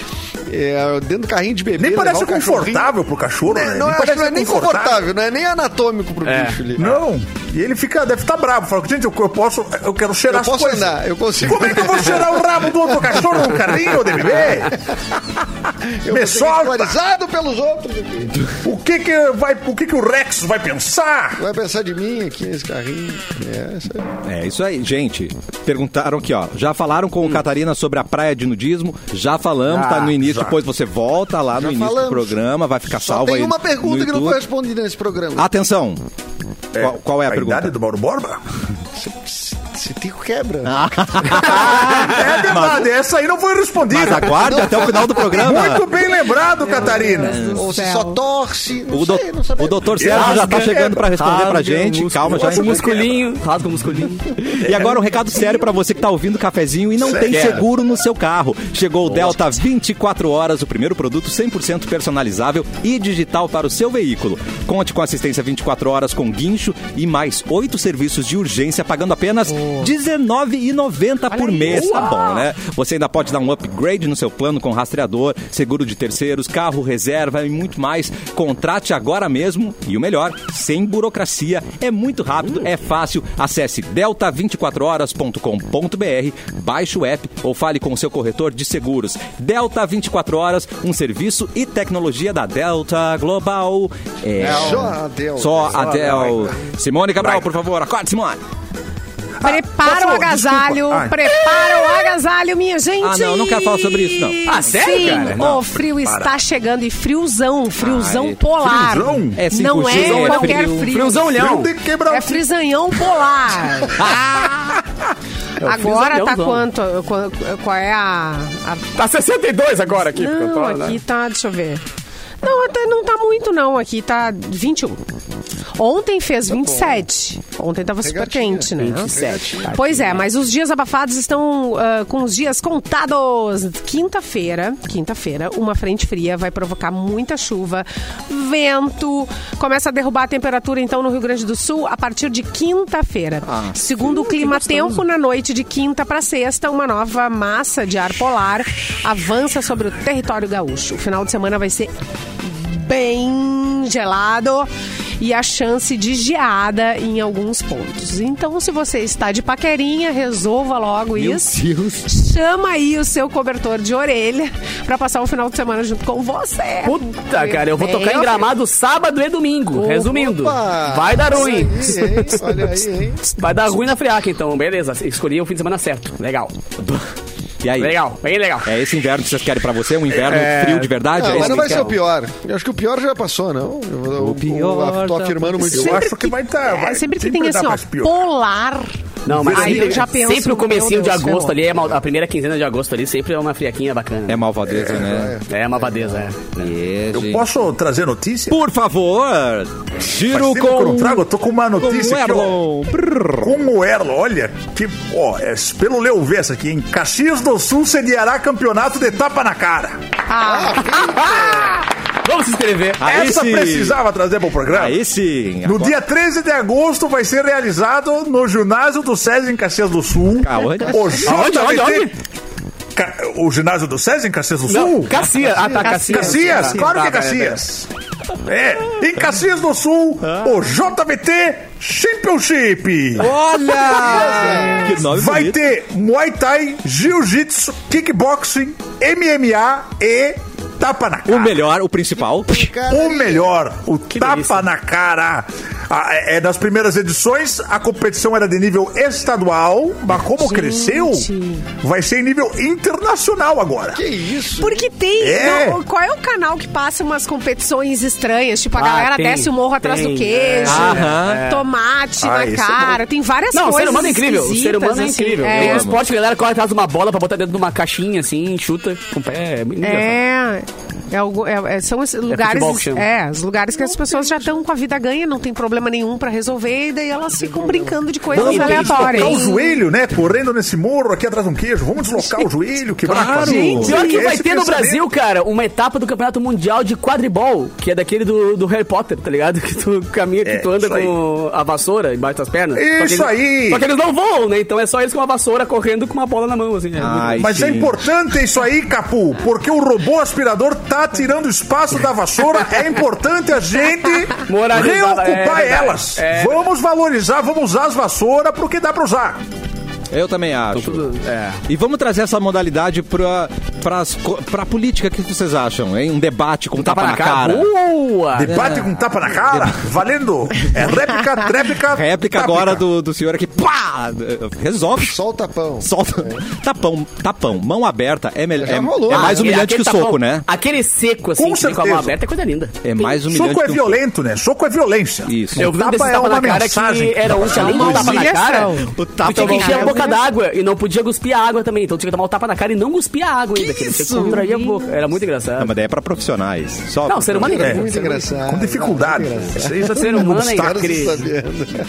Speaker 5: É, dentro do carrinho de bebê...
Speaker 6: Nem
Speaker 5: levar
Speaker 6: parece
Speaker 5: o cachorrinho-
Speaker 6: confortável pro cachorro, né?
Speaker 5: Não, acho que
Speaker 6: parece
Speaker 5: não é nem confortável, não é nem anatômico pro
Speaker 1: É.
Speaker 5: bicho ali.
Speaker 6: Não, e ele fica, deve estar bravo. Fala, gente, eu, eu posso, eu quero cheirar
Speaker 5: Eu
Speaker 6: as
Speaker 5: posso
Speaker 6: coisas.
Speaker 5: andar, eu consigo.
Speaker 6: Como é que eu vou cheirar o rabo do outro cachorro no carrinho de bebê?
Speaker 5: Eu
Speaker 6: Me
Speaker 5: vou ser
Speaker 6: solta.
Speaker 5: ridicularizado pelos outros aqui.
Speaker 6: O que que vai, o que que o Rex vai pensar?
Speaker 5: Vai pensar de mim aqui nesse carrinho. É, isso aí.
Speaker 1: É isso aí, gente. Perguntaram aqui, ó. Já falaram
Speaker 5: Hum.
Speaker 1: com o Catarina sobre a praia de nudismo? Já falamos, tá no início. Depois você volta lá no início do
Speaker 5: Ah, falamos.
Speaker 1: programa, vai ficar
Speaker 5: Só
Speaker 1: salvo aí.
Speaker 5: tem uma
Speaker 1: no
Speaker 5: pergunta que não
Speaker 1: YouTube. Ah.
Speaker 5: foi respondida nesse programa.
Speaker 1: Atenção. Qual, qual é a, pergunta?
Speaker 6: idade do Mauro Borba?
Speaker 5: Se tico quebra. né?
Speaker 1: Ah,
Speaker 6: é verdade, essa aí não foi respondida.
Speaker 1: Mas aguarde até o final do programa.
Speaker 6: Muito bem lembrado,
Speaker 3: É,
Speaker 6: Catarina.
Speaker 5: Ou se só torce. Não
Speaker 1: O, do,
Speaker 5: sei, não sabemos.
Speaker 1: o doutor Sérgio já tá chegando pra responder pra gente. Calma, já é
Speaker 4: Rasga o
Speaker 1: entra.
Speaker 4: musculinho. Rasga o musculinho.
Speaker 1: E agora um recado sério pra você que tá ouvindo o cafezinho e não tem seguro no seu carro. Chegou o Delta 24 horas, o primeiro produto 100% personalizável e digital para o seu veículo. Conte com assistência 24 horas com guincho e mais oito serviços de urgência pagando apenas R$19,90 por mês. Tá bom, né? Você ainda pode dar um upgrade no seu plano com rastreador, seguro de terceiros, carro, reserva e muito mais. Contrate agora mesmo e o melhor, sem burocracia. É muito rápido, é fácil. Acesse delta24horas.com.br, baixe o app ou fale com o seu corretor de seguros. Delta 24 Horas, um serviço e tecnologia da Delta Global. É.
Speaker 5: Só a Delta.
Speaker 1: Só a Del. Simone Cabral, por favor, acorde, Simone. Tá,
Speaker 3: Prepara o
Speaker 6: Passou,
Speaker 3: agasalho,
Speaker 6: desculpa. Ah.
Speaker 3: prepara o agasalho, minha gente.
Speaker 1: Ah, não, eu não quero falar sobre isso, não.
Speaker 4: Ah, sério,
Speaker 3: Sim,
Speaker 4: cara?
Speaker 6: Não,
Speaker 3: o frio
Speaker 6: prepara.
Speaker 3: está chegando e friozão, friozão
Speaker 1: Ai,
Speaker 3: polar.
Speaker 6: friozão?
Speaker 1: É 5G,
Speaker 3: não é
Speaker 1: friozão é
Speaker 3: qualquer
Speaker 1: frio.
Speaker 3: frio.
Speaker 4: Friozão, Leão.
Speaker 6: Tem que quebrar
Speaker 3: É frisanhão polar.
Speaker 1: É
Speaker 3: Agora tá
Speaker 4: frisanhãozão.
Speaker 3: quanto? Qual, qual é a, a
Speaker 4: Tá 62 agora aqui. porque eu tô,
Speaker 3: não,
Speaker 4: né?
Speaker 3: aqui tá, deixa eu ver. Não, até não tá muito não, aqui tá 21. Ontem fez 27. Ontem tava super
Speaker 5: Pegadinha.
Speaker 3: quente, né?
Speaker 4: 27.
Speaker 3: Pois é, mas os dias abafados estão ah, com os dias contados. Quinta-feira, quinta-feira, uma frente fria vai provocar muita chuva, vento, começa a derrubar a temperatura então no Rio Grande do Sul a partir de quinta-feira. Segundo o clima tempo, na noite de quinta para sexta, uma nova massa de ar polar avança sobre o território gaúcho. O final de semana vai ser bem gelado e a chance de geada em alguns pontos. Então, se você está de paquerinha, resolva logo isso. Chama aí o seu cobertor de orelha para passar o final de semana junto com você.
Speaker 4: Puta, cara, eu vou
Speaker 3: Meu
Speaker 4: tocar em
Speaker 3: Deus.
Speaker 4: gramado sábado e domingo. Resumindo,
Speaker 5: Opa!
Speaker 4: vai dar ruim.
Speaker 5: Isso aí, hein? Olha aí, hein?
Speaker 4: Vai dar ruim na friaca, então. Beleza, escolhi o fim de semana certo. Legal,
Speaker 1: E aí?
Speaker 4: legal, bem legal.
Speaker 1: É esse inverno que vocês querem pra você? Um inverno frio de verdade?
Speaker 5: Ah,
Speaker 1: É
Speaker 5: mas
Speaker 1: esse
Speaker 5: não
Speaker 1: que
Speaker 5: vai
Speaker 1: quer?
Speaker 5: ser o pior. Eu acho que o pior já passou, não? Eu, eu-
Speaker 1: pior
Speaker 5: eu tô
Speaker 1: já
Speaker 5: afirmando muito.
Speaker 6: Eu acho que vai estar.
Speaker 3: É, sempre que tem
Speaker 6: dá
Speaker 3: assim, ó,
Speaker 6: mais pior.
Speaker 3: polar.
Speaker 4: Não, mas
Speaker 3: Aí
Speaker 4: sempre,
Speaker 3: eu já penso,
Speaker 4: sempre o comecinho
Speaker 3: meu
Speaker 4: de
Speaker 3: Deus,
Speaker 4: agosto
Speaker 3: ferrou.
Speaker 4: ali, é mal- a primeira quinzena de agosto ali, sempre é uma friaquinha bacana.
Speaker 1: É malvadeza, né?
Speaker 4: É, uma badeza, é.
Speaker 1: É,
Speaker 6: Eu
Speaker 1: gente.
Speaker 6: posso trazer notícia?
Speaker 1: Por favor,
Speaker 6: Faz
Speaker 1: giro
Speaker 6: tempo que eu não
Speaker 1: com,
Speaker 6: trago, eu tô com uma
Speaker 1: com
Speaker 6: notícia
Speaker 1: o
Speaker 6: aqui, ó.
Speaker 1: Erlon. Brrr.
Speaker 6: Com o Erlo, olha, que, ó, é pelo Leu ver essa aqui, hein? Caxias do Sul sediará campeonato de tapa na cara.
Speaker 4: Vamos se inscrever.
Speaker 1: Aí
Speaker 6: essa
Speaker 1: sim.
Speaker 6: precisava trazer pro programa.
Speaker 1: Aí sim.
Speaker 6: No
Speaker 1: Agora-
Speaker 6: dia 13 de agosto vai ser realizado no ginásio do SESI em Caxias do Sul.
Speaker 1: Aonde?
Speaker 6: O JBT...
Speaker 4: Aonde, aonde, aonde?
Speaker 6: Ca- O ginásio do SESI em Caxias do
Speaker 4: Não,
Speaker 6: Sul?
Speaker 4: Cacia. Ah, tá, Cacia.
Speaker 6: Caxias, claro que é
Speaker 4: Tá,
Speaker 6: Caxias. É, em Caxias do Sul,
Speaker 1: Ah.
Speaker 6: o JBT Championship.
Speaker 1: Olha! que nome
Speaker 6: Vai
Speaker 1: bonito.
Speaker 6: ter Muay Thai, Jiu-Jitsu, Kickboxing, MMA e Tapa na cara.
Speaker 1: O melhor, o principal.
Speaker 6: O melhor, o tapa
Speaker 4: delícia.
Speaker 6: na cara. Ah, é, é, nas primeiras edições, a competição era de nível estadual, mas como cresceu, vai ser em nível internacional agora.
Speaker 5: Que é isso?
Speaker 3: Porque tem.
Speaker 6: É.
Speaker 3: não, qual é o canal que passa umas competições estranhas? Tipo, a
Speaker 4: Ah,
Speaker 3: galera
Speaker 4: tem,
Speaker 3: desce o morro atrás
Speaker 4: tem,
Speaker 3: do queijo,
Speaker 1: é.
Speaker 3: tomate
Speaker 6: Ah,
Speaker 3: na
Speaker 6: isso é
Speaker 3: cara. tem várias
Speaker 4: Não, o
Speaker 3: coisas.
Speaker 4: ser humano é incrível. O ser humano é
Speaker 3: esquisitas, assim.
Speaker 4: incrível. Tem um
Speaker 3: É.
Speaker 4: esporte que a galera corre atrás de uma bola pra botar dentro de uma caixinha assim, chuta com o pé. É, muito engraçado.
Speaker 3: É, é algo- é- é- são esses lugares,
Speaker 4: futebol que chama.
Speaker 3: é, os lugares que as pessoas já estão com a vida ganha, não tem problema nenhum pra resolver, e daí elas ficam brincando de coisas
Speaker 6: Vamos
Speaker 3: aleatórias.
Speaker 6: deslocar o joelho, né? Correndo nesse morro aqui atrás de um queijo. Vamos deslocar o joelho, quebrar a clavícula.
Speaker 4: Pior que vai
Speaker 6: Esse
Speaker 4: ter no
Speaker 6: pensamento.
Speaker 4: Brasil, cara, uma etapa do Campeonato Mundial de Quadribol, que é daquele do, do Harry Potter, tá ligado? Que tu caminha, que
Speaker 6: É,
Speaker 4: tu anda
Speaker 6: isso aí.
Speaker 4: com a vassoura embaixo das pernas.
Speaker 6: Isso
Speaker 4: Só que eles-
Speaker 6: aí.
Speaker 4: Só que eles não voam, né? Então é só eles com a vassoura correndo com uma bola na mão, assim. é
Speaker 1: Ai,
Speaker 6: Mas é
Speaker 1: sim.
Speaker 6: importante isso aí, Capu, porque o robô aspirador tá tirando espaço da vassoura. É importante a gente
Speaker 4: Moralizar,
Speaker 6: reocupar
Speaker 4: é verdade,
Speaker 6: elas.
Speaker 4: é
Speaker 6: Vamos valorizar, vamos usar as vassouras porque dá pra usar.
Speaker 1: Eu também acho.
Speaker 4: muito- é.
Speaker 1: E vamos trazer essa modalidade pra, pras, co- pra política. O que vocês acham, hein? Um debate
Speaker 6: tá
Speaker 1: com tapa, na cara.
Speaker 6: uh,
Speaker 4: Boa!
Speaker 6: Debate com tapa na cara, valendo. É réplica, tréplica.
Speaker 1: Réplica
Speaker 6: tápica.
Speaker 1: agora do, do senhor aqui. Pá! Resolve.
Speaker 5: Só o tapão.
Speaker 1: Solta.
Speaker 6: É.
Speaker 1: Tapão, tapão. Mão aberta é melhor.
Speaker 5: Já
Speaker 1: É,
Speaker 5: rolou,
Speaker 1: é
Speaker 6: Ah,
Speaker 1: mais
Speaker 5: né?
Speaker 1: humilhante que
Speaker 4: Aquele
Speaker 1: o soco,
Speaker 4: tapão-
Speaker 1: né?
Speaker 4: Aquele seco, assim,
Speaker 6: Com
Speaker 4: que vem com a
Speaker 6: certeza.
Speaker 4: mão aberta é coisa linda.
Speaker 1: É mais humilhante
Speaker 6: Soco é
Speaker 1: que o-
Speaker 6: violento, né? Soco é violência.
Speaker 1: Isso.
Speaker 4: Eu vi um
Speaker 6: Tapa
Speaker 4: desses
Speaker 6: é
Speaker 4: tapa
Speaker 6: uma
Speaker 4: na cara
Speaker 6: mensagem.
Speaker 4: que era um que além
Speaker 3: É
Speaker 4: do
Speaker 3: uma
Speaker 4: tapa na cara,
Speaker 3: humilhação.
Speaker 1: O tapa
Speaker 4: tu tinha que
Speaker 1: na
Speaker 4: encher
Speaker 1: cara
Speaker 4: a
Speaker 1: é
Speaker 4: boca d'água e não podia cuspir a água também. Então tinha que tomar o tapa na cara e não cuspir a água ainda. Que tinha que contrair a boca. Era muito
Speaker 1: Não,
Speaker 4: engraçado.
Speaker 1: mas daí é pra profissionais. Só
Speaker 4: Não, ser humano é incrível.
Speaker 5: Muito engraçado. é
Speaker 6: Com dificuldade. Isso aí já
Speaker 4: Ser
Speaker 6: tem um
Speaker 4: humano é
Speaker 6: obstáculo.
Speaker 4: incrível.
Speaker 5: Tá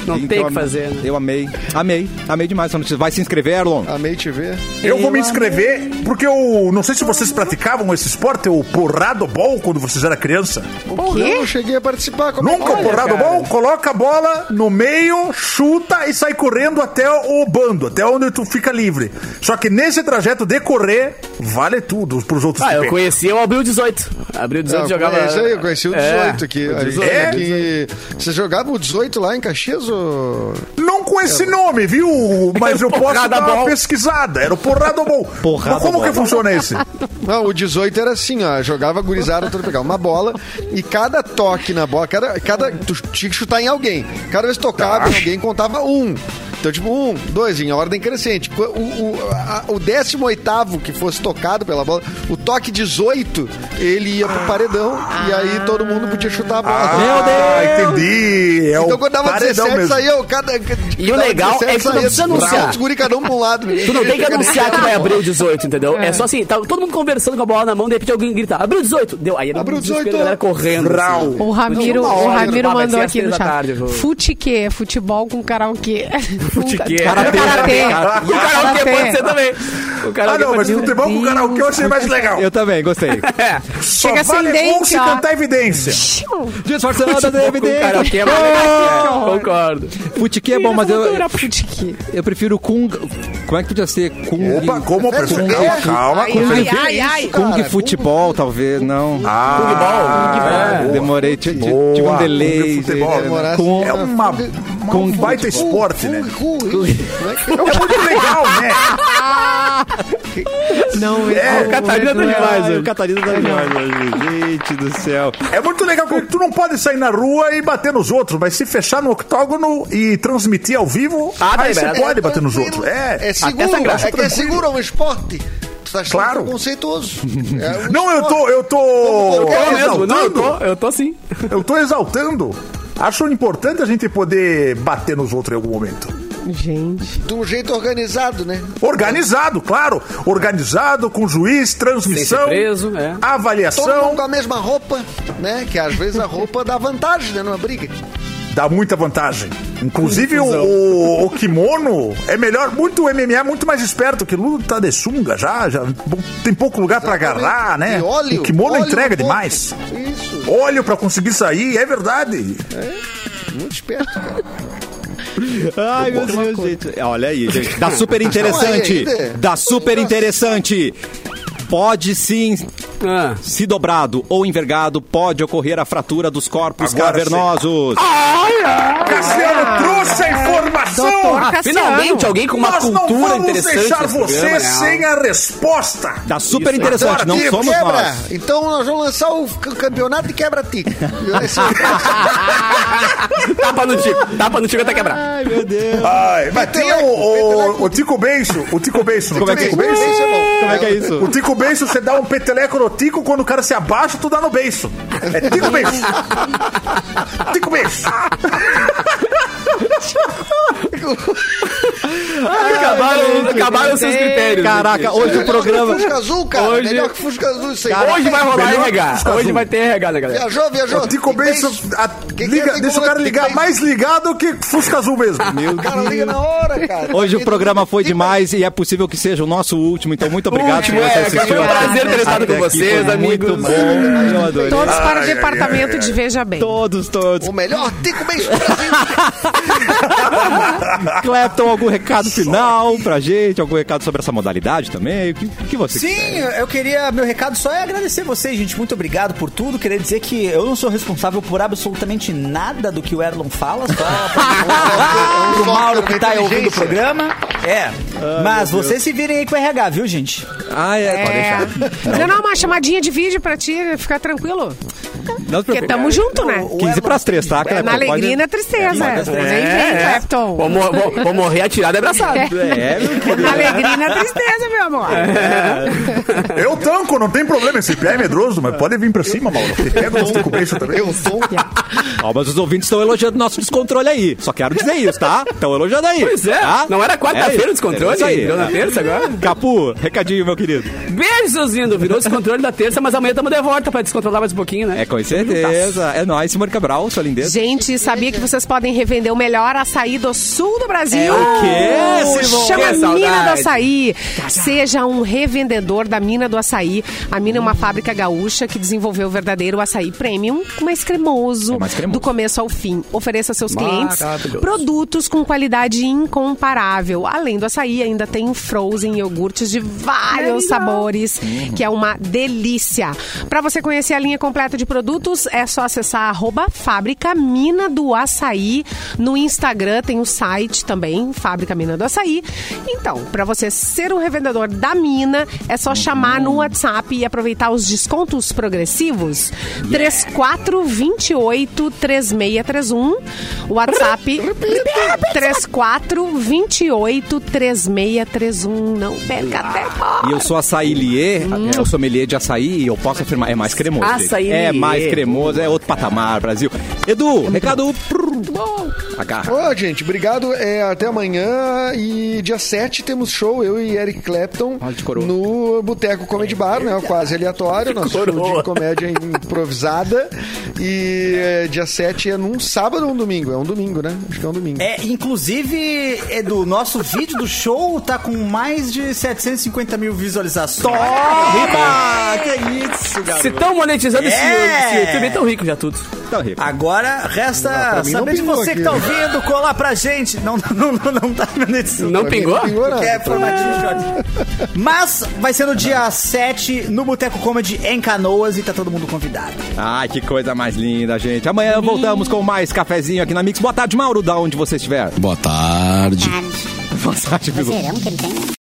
Speaker 4: Não tem o que fazer, né?
Speaker 1: Eu amei. Amei. Amei demais. essa notícia. Vai se inscrever, Erlon?
Speaker 5: Amei te ver.
Speaker 6: Eu
Speaker 4: é
Speaker 6: vou me inscrever porque eu não sei se vocês praticavam esse esporte, o porrado bol, quando vocês eram criança.
Speaker 5: O quê? Eu não cheguei a participar. Como é
Speaker 6: Nunca o porrado bol, coloca a bola no meio, chuta e sai correndo até o bando, até onde tu fica livre. Só que nesse trajeto de correr, vale tudo pros outros.
Speaker 4: Ah, eu
Speaker 6: também.
Speaker 4: conheci eu abriu 18. Abriu 18
Speaker 5: Ah,
Speaker 4: jogava. É,
Speaker 5: conheci, eu conheci o 18 aqui.
Speaker 4: o 18.
Speaker 5: É?
Speaker 6: É?
Speaker 5: que Você jogava o 18 lá em Caxias? Ou...
Speaker 6: Não com esse nome, viu? Mas
Speaker 4: Era
Speaker 6: eu
Speaker 4: o
Speaker 6: posso
Speaker 4: porrada
Speaker 6: dar uma
Speaker 4: bol.
Speaker 6: pesquisada. Era o porrado bol.
Speaker 1: Porrada
Speaker 6: Mas como
Speaker 1: bol.
Speaker 6: que funciona esse?
Speaker 5: Não, o 18 era assim, ó. Jogava gurizada, tudo pegava uma bola e cada toque na bola, cada, cada, tu tinha que chutar em alguém. Cada vez que tocava em alguém, contava um. Então, tipo, um, dois, em ordem crescente. Qu- O, o, a- o 18 que fosse tocado pela bola, o toque 18, ele ia pro paredão e aí todo mundo podia chutar a bola.
Speaker 6: Ah, entendi. É
Speaker 5: Então
Speaker 6: o
Speaker 5: quando dava
Speaker 6: paredão
Speaker 5: 17,
Speaker 6: mesmo.
Speaker 5: saía o cada.
Speaker 4: E o
Speaker 5: dava
Speaker 4: legal é
Speaker 5: 17,
Speaker 4: que tu não
Speaker 5: saía
Speaker 4: precisa
Speaker 5: bravo,
Speaker 4: anunciar.
Speaker 5: os guri cada um pra um lado.
Speaker 4: Tu não tem que anunciar que vai abrir o 18, entendeu? É, só assim, tá todo mundo conversando com a bola na mão, de repente alguém grita, abriu o 18! Deu, aí era
Speaker 5: Abriu
Speaker 4: um
Speaker 5: o 18.
Speaker 4: desespero, a galera correndo.
Speaker 6: Brau.
Speaker 4: assim.
Speaker 3: O Ramiro,
Speaker 4: Não, uma
Speaker 3: o
Speaker 4: hora,
Speaker 3: Ramiro
Speaker 4: ah, vai
Speaker 3: mandou
Speaker 4: ser às
Speaker 3: aqui
Speaker 4: três
Speaker 3: no
Speaker 4: da
Speaker 3: chat.
Speaker 4: tarde, vou-
Speaker 3: Futiquê, futebol com karaokê. Futiquê.
Speaker 1: Karatê.
Speaker 3: Karatê.
Speaker 4: E o karaokê pode ser também. O karaokê
Speaker 6: Ah, não, mas
Speaker 4: pode
Speaker 6: o
Speaker 4: ser.
Speaker 6: futebol com karaokê eu achei mais legal.
Speaker 1: Eu também, gostei.
Speaker 6: Só
Speaker 3: Chega sem
Speaker 6: vale
Speaker 3: dente,
Speaker 6: um se
Speaker 3: ó.
Speaker 6: cantar evidência.
Speaker 1: Disfarçada da
Speaker 4: Com o
Speaker 1: evidência.
Speaker 4: karaokê é mais legal. né? Concordo.
Speaker 1: Oh! Futiquê é bom, mas eu,
Speaker 3: Cultura Futiquê.
Speaker 1: eu prefiro Kung. Como é que podia ser? Kung.
Speaker 6: Opa, como
Speaker 5: Mas
Speaker 6: pressão.
Speaker 5: o quê?
Speaker 6: Calma, calma.
Speaker 3: Ai,
Speaker 6: com-
Speaker 3: ai, ai, ai.
Speaker 1: Kung
Speaker 5: Cara,
Speaker 1: futebol, talvez, não.
Speaker 6: Ah,
Speaker 1: É, demorei, t- t-
Speaker 6: Boa,
Speaker 1: tive um
Speaker 6: Kung
Speaker 1: delay.
Speaker 6: futebol.
Speaker 1: né?
Speaker 5: Demorasse.
Speaker 1: Kung-
Speaker 6: É uma, uma um baita esporte, né? É muito legal, né?
Speaker 1: Não,
Speaker 6: É,
Speaker 1: o
Speaker 4: Catarina
Speaker 1: Edu
Speaker 4: tá
Speaker 1: é-
Speaker 4: demais
Speaker 1: ai,
Speaker 4: hoje.
Speaker 1: O Catarina tá demais hoje. Gente do céu.
Speaker 6: É muito legal porque tu não pode sair na rua e bater nos outros, mas se fechar no octógono e transmitir ao vivo,
Speaker 4: Ah, tá
Speaker 6: aí você
Speaker 4: liberado.
Speaker 6: pode bater nos outros. É.
Speaker 5: É seguro,
Speaker 4: essa graça,
Speaker 5: é que é
Speaker 6: tranquilo.
Speaker 5: seguro, é um esporte. Tu tá achando
Speaker 6: Claro.
Speaker 5: conceituoso. É um
Speaker 6: Não, eu tô,
Speaker 5: esporte.
Speaker 6: eu tô
Speaker 5: Eu
Speaker 4: Eu mesmo, Tipo, não, eu
Speaker 6: exaltando.
Speaker 4: tô, eu tô sim.
Speaker 6: Eu tô exaltando. Acho importante a gente poder bater nos outros em algum momento.
Speaker 3: Gente.
Speaker 5: De um jeito organizado, né?
Speaker 6: Organizado, claro. Organizado, com juiz, transmissão,
Speaker 4: Sem ser preso, é.
Speaker 6: assim,
Speaker 5: Todo
Speaker 6: avaliação.
Speaker 5: mundo com a mesma roupa, né? Que às vezes a roupa dá vantagem, né? Numa briga.
Speaker 6: Dá muita vantagem. Inclusive, o, o, o kimono é melhor, muito o MMA, é muito mais esperto que luta de sunga já. já tem pouco lugar pra agarrar, né?
Speaker 5: E óleo,
Speaker 6: o kimono
Speaker 5: óleo
Speaker 6: entrega
Speaker 5: no corpo.
Speaker 6: demais.
Speaker 5: Isso,
Speaker 6: Óleo pra conseguir sair, é verdade.
Speaker 5: muito esperto, cara.
Speaker 1: Ai, meu Deus, gente. Olha aí, gente. Dá super interessante.
Speaker 5: Olha aí, né?
Speaker 1: Dá super interessante. Pode sim,
Speaker 4: Ah.
Speaker 1: se dobrado ou envergado, pode ocorrer a fratura dos corpos
Speaker 6: Agora
Speaker 1: cavernosos.
Speaker 4: Ah,
Speaker 6: Cassiano trouxe a informação!
Speaker 3: ah,
Speaker 4: Finalmente alguém é. ah, com uma
Speaker 6: Nós não
Speaker 4: cultura
Speaker 6: vamos
Speaker 4: interessante.
Speaker 6: deixar
Speaker 4: nesse
Speaker 6: você
Speaker 4: programa, né?
Speaker 6: sem a resposta.
Speaker 1: Dá super
Speaker 5: Agora,
Speaker 1: interessante, não
Speaker 5: Tico,
Speaker 1: somos
Speaker 5: quebra.
Speaker 1: nós.
Speaker 5: Então nós vamos lançar o c- campeonato de quebra-tica. Esse- é
Speaker 4: Tapa no tico, tapa no tico até quebrar.
Speaker 1: Ai, meu Deus.
Speaker 6: Ai, mas tem o, o, o Tico Benço. O Tico Benço. não
Speaker 1: Como é
Speaker 6: tem
Speaker 1: que-
Speaker 6: Tico Benço?
Speaker 5: Esse bom.
Speaker 1: Como é que é isso?
Speaker 6: O Tico Benço, você dá um peteleco no Tico, quando o cara se abaixa, tu dá no beiço. É Tico Benço. Tico Benço.
Speaker 4: Acabaram, acabaram os seus critérios.
Speaker 1: Caraca, hoje o programa.
Speaker 5: Fusca Azul, cara.
Speaker 4: Hoje-
Speaker 5: Melhor que Fusca Azul isso aí.
Speaker 4: Hoje vai rolar
Speaker 6: Melhor
Speaker 4: RH.
Speaker 6: Fusca
Speaker 4: Hoje
Speaker 6: Azul.
Speaker 4: vai ter RH, né, galera?
Speaker 5: Viajou, viajou.
Speaker 6: O Tico
Speaker 5: E tem-
Speaker 6: Benço é a-
Speaker 5: que
Speaker 6: liga-
Speaker 5: tem
Speaker 6: deixa o
Speaker 5: como-
Speaker 6: cara
Speaker 5: que
Speaker 6: ligar
Speaker 5: tem-
Speaker 6: mais ligado que Fusca Azul mesmo.
Speaker 5: O cara liga na hora, cara.
Speaker 1: Hoje o
Speaker 5: Ele-
Speaker 1: programa foi
Speaker 5: Tico-
Speaker 1: demais e é possível que seja o nosso último, então muito obrigado
Speaker 4: Último,
Speaker 1: por você
Speaker 4: é,
Speaker 1: assistir.
Speaker 4: foi um prazer ter estado
Speaker 1: Até
Speaker 4: com
Speaker 1: aqui,
Speaker 4: vocês,
Speaker 1: foi Muito
Speaker 4: amigos.
Speaker 1: bom, eu adorei.
Speaker 3: Todos para o
Speaker 6: ai,
Speaker 3: departamento de Veja Bem.
Speaker 1: Todos, todos.
Speaker 5: O melhor Tico Benço do Brasil.
Speaker 1: Clepton, algum recado final pra gente? Algum recado sobre essa modalidade também? O que, o que você
Speaker 2: Sim,
Speaker 1: quiser.
Speaker 2: eu queria. Meu recado só é agradecer vocês, gente. Muito obrigado por tudo. Queria dizer que eu não sou responsável por absolutamente nada do que o Erlon fala, só pra- pro Mauro que tá aí ouvindo o programa. É. Mas vocês se virem aí com o RH, viu, gente?
Speaker 1: Ah, é. Pode
Speaker 3: É.
Speaker 1: deixar.
Speaker 3: Não, não, uma chamadinha de vídeo pra ti, ficar tranquilo.
Speaker 1: Não se
Speaker 3: Porque
Speaker 1: preocupe.
Speaker 3: tamo junto, né?
Speaker 1: 15 pras 3, tá, Clepton?
Speaker 4: É
Speaker 3: Na alegria e na tristeza. Nem vem,
Speaker 4: Vou,
Speaker 3: Clapton.
Speaker 4: mor- vou- vou morrer atirado e abraçado.
Speaker 3: É.
Speaker 1: Pode... É, meu querido.
Speaker 3: Na alegria e na tristeza, meu amor.
Speaker 6: Eu tanco, não tem problema. Esse pé é medroso, mas pode vir pra cima, Mauro. Você pega o Tico Benço também.
Speaker 5: Eu sou
Speaker 1: Ó, mas os ouvintes estão elogiando nosso descontrole aí. Só quero dizer isso, tá? Estão elogiando aí.
Speaker 4: Pois é,
Speaker 1: tá?
Speaker 4: não era quarta-feira
Speaker 1: isso.
Speaker 4: o descontrole?
Speaker 1: É isso aí.
Speaker 4: Virou na terça agora?
Speaker 1: Capu, recadinho, meu querido.
Speaker 4: Beijo, Zuzindo. Virou descontrole da terça, mas amanhã tamo de volta pra descontrolar mais um pouquinho, né?
Speaker 1: É, com certeza. É nóis, Simone Cabral, sua lindeza.
Speaker 3: Gente, sabia que vocês podem revender o melhor açaí do sul do Brasil?
Speaker 1: o quê, Simone?
Speaker 3: Chama
Speaker 4: Que
Speaker 3: Mina do
Speaker 4: saudade.
Speaker 3: Açaí.
Speaker 1: Tá
Speaker 3: Seja um revendedor da Mina do Açaí. A Mina é uma fábrica gaúcha que desenvolveu o verdadeiro açaí premium, mais cremoso,
Speaker 1: É mais cremoso.
Speaker 3: do começo ao fim. Ofereça aos seus clientes produtos com qualidade incomparável. Além do açaí, ainda tem frozen iogurtes de
Speaker 1: Uhum.
Speaker 3: vários sabores, que é uma delícia. Para você conhecer a linha completa de produtos produtos, é só acessar arroba Fábrica Mina do Açaí. No Instagram tem o site também, Fábrica Mina do Açaí. Então, para você ser um revendedor da Mina, é só chamar no WhatsApp e aproveitar os descontos progressivos. 3428-3631. WhatsApp 3428-3631. Não perca tempo.
Speaker 1: E eu sou açailier, eu sou sommelier de açaí e eu posso afirmar, é mais cremoso. gente.
Speaker 4: Açailier.
Speaker 1: É mais cremoso, é outro patamar, Brasil. Edu, recado. Agarra.
Speaker 5: Ô, gente, obrigado. É, até amanhã. E dia 7 temos show, eu e Eric Clapton
Speaker 1: Olha de coroa.
Speaker 5: no Boteco Comedy Bar, né? Quase aleatório, nosso show de comédia improvisada. E é, dia 7 é num sábado ou um domingo? É um domingo, né? Acho que é um domingo.
Speaker 2: É, inclusive, Edu, nosso vídeo do show tá com mais de 750 mil visualizações. Toma! Que isso,
Speaker 4: Se
Speaker 2: garoto.
Speaker 4: tão monetizando esse,
Speaker 2: É.
Speaker 4: esse YouTube, é tão rico já tudo.
Speaker 1: Tá rico.
Speaker 2: Agora resta
Speaker 5: mim não
Speaker 2: saber de
Speaker 5: pingou
Speaker 2: você que
Speaker 5: aqui.
Speaker 2: tá ouvindo, colar pra gente. Não, não, não, não tá monetizando.
Speaker 4: Não pingou?
Speaker 5: Pingou né? nada.
Speaker 2: Que é formatinho short. Mas vai ser no dia 7 no Boteco Comedy em Canoas e tá todo mundo convidado.
Speaker 1: Ai, que coisa mais linda, gente. Amanhã voltamos com mais cafezinho aqui na Mix. Boa tarde, Mauro, da onde você estiver.
Speaker 9: Boa tarde.
Speaker 7: Tarde.
Speaker 1: Boa tarde, Bilu.
Speaker 7: Zerão que ele tem. né?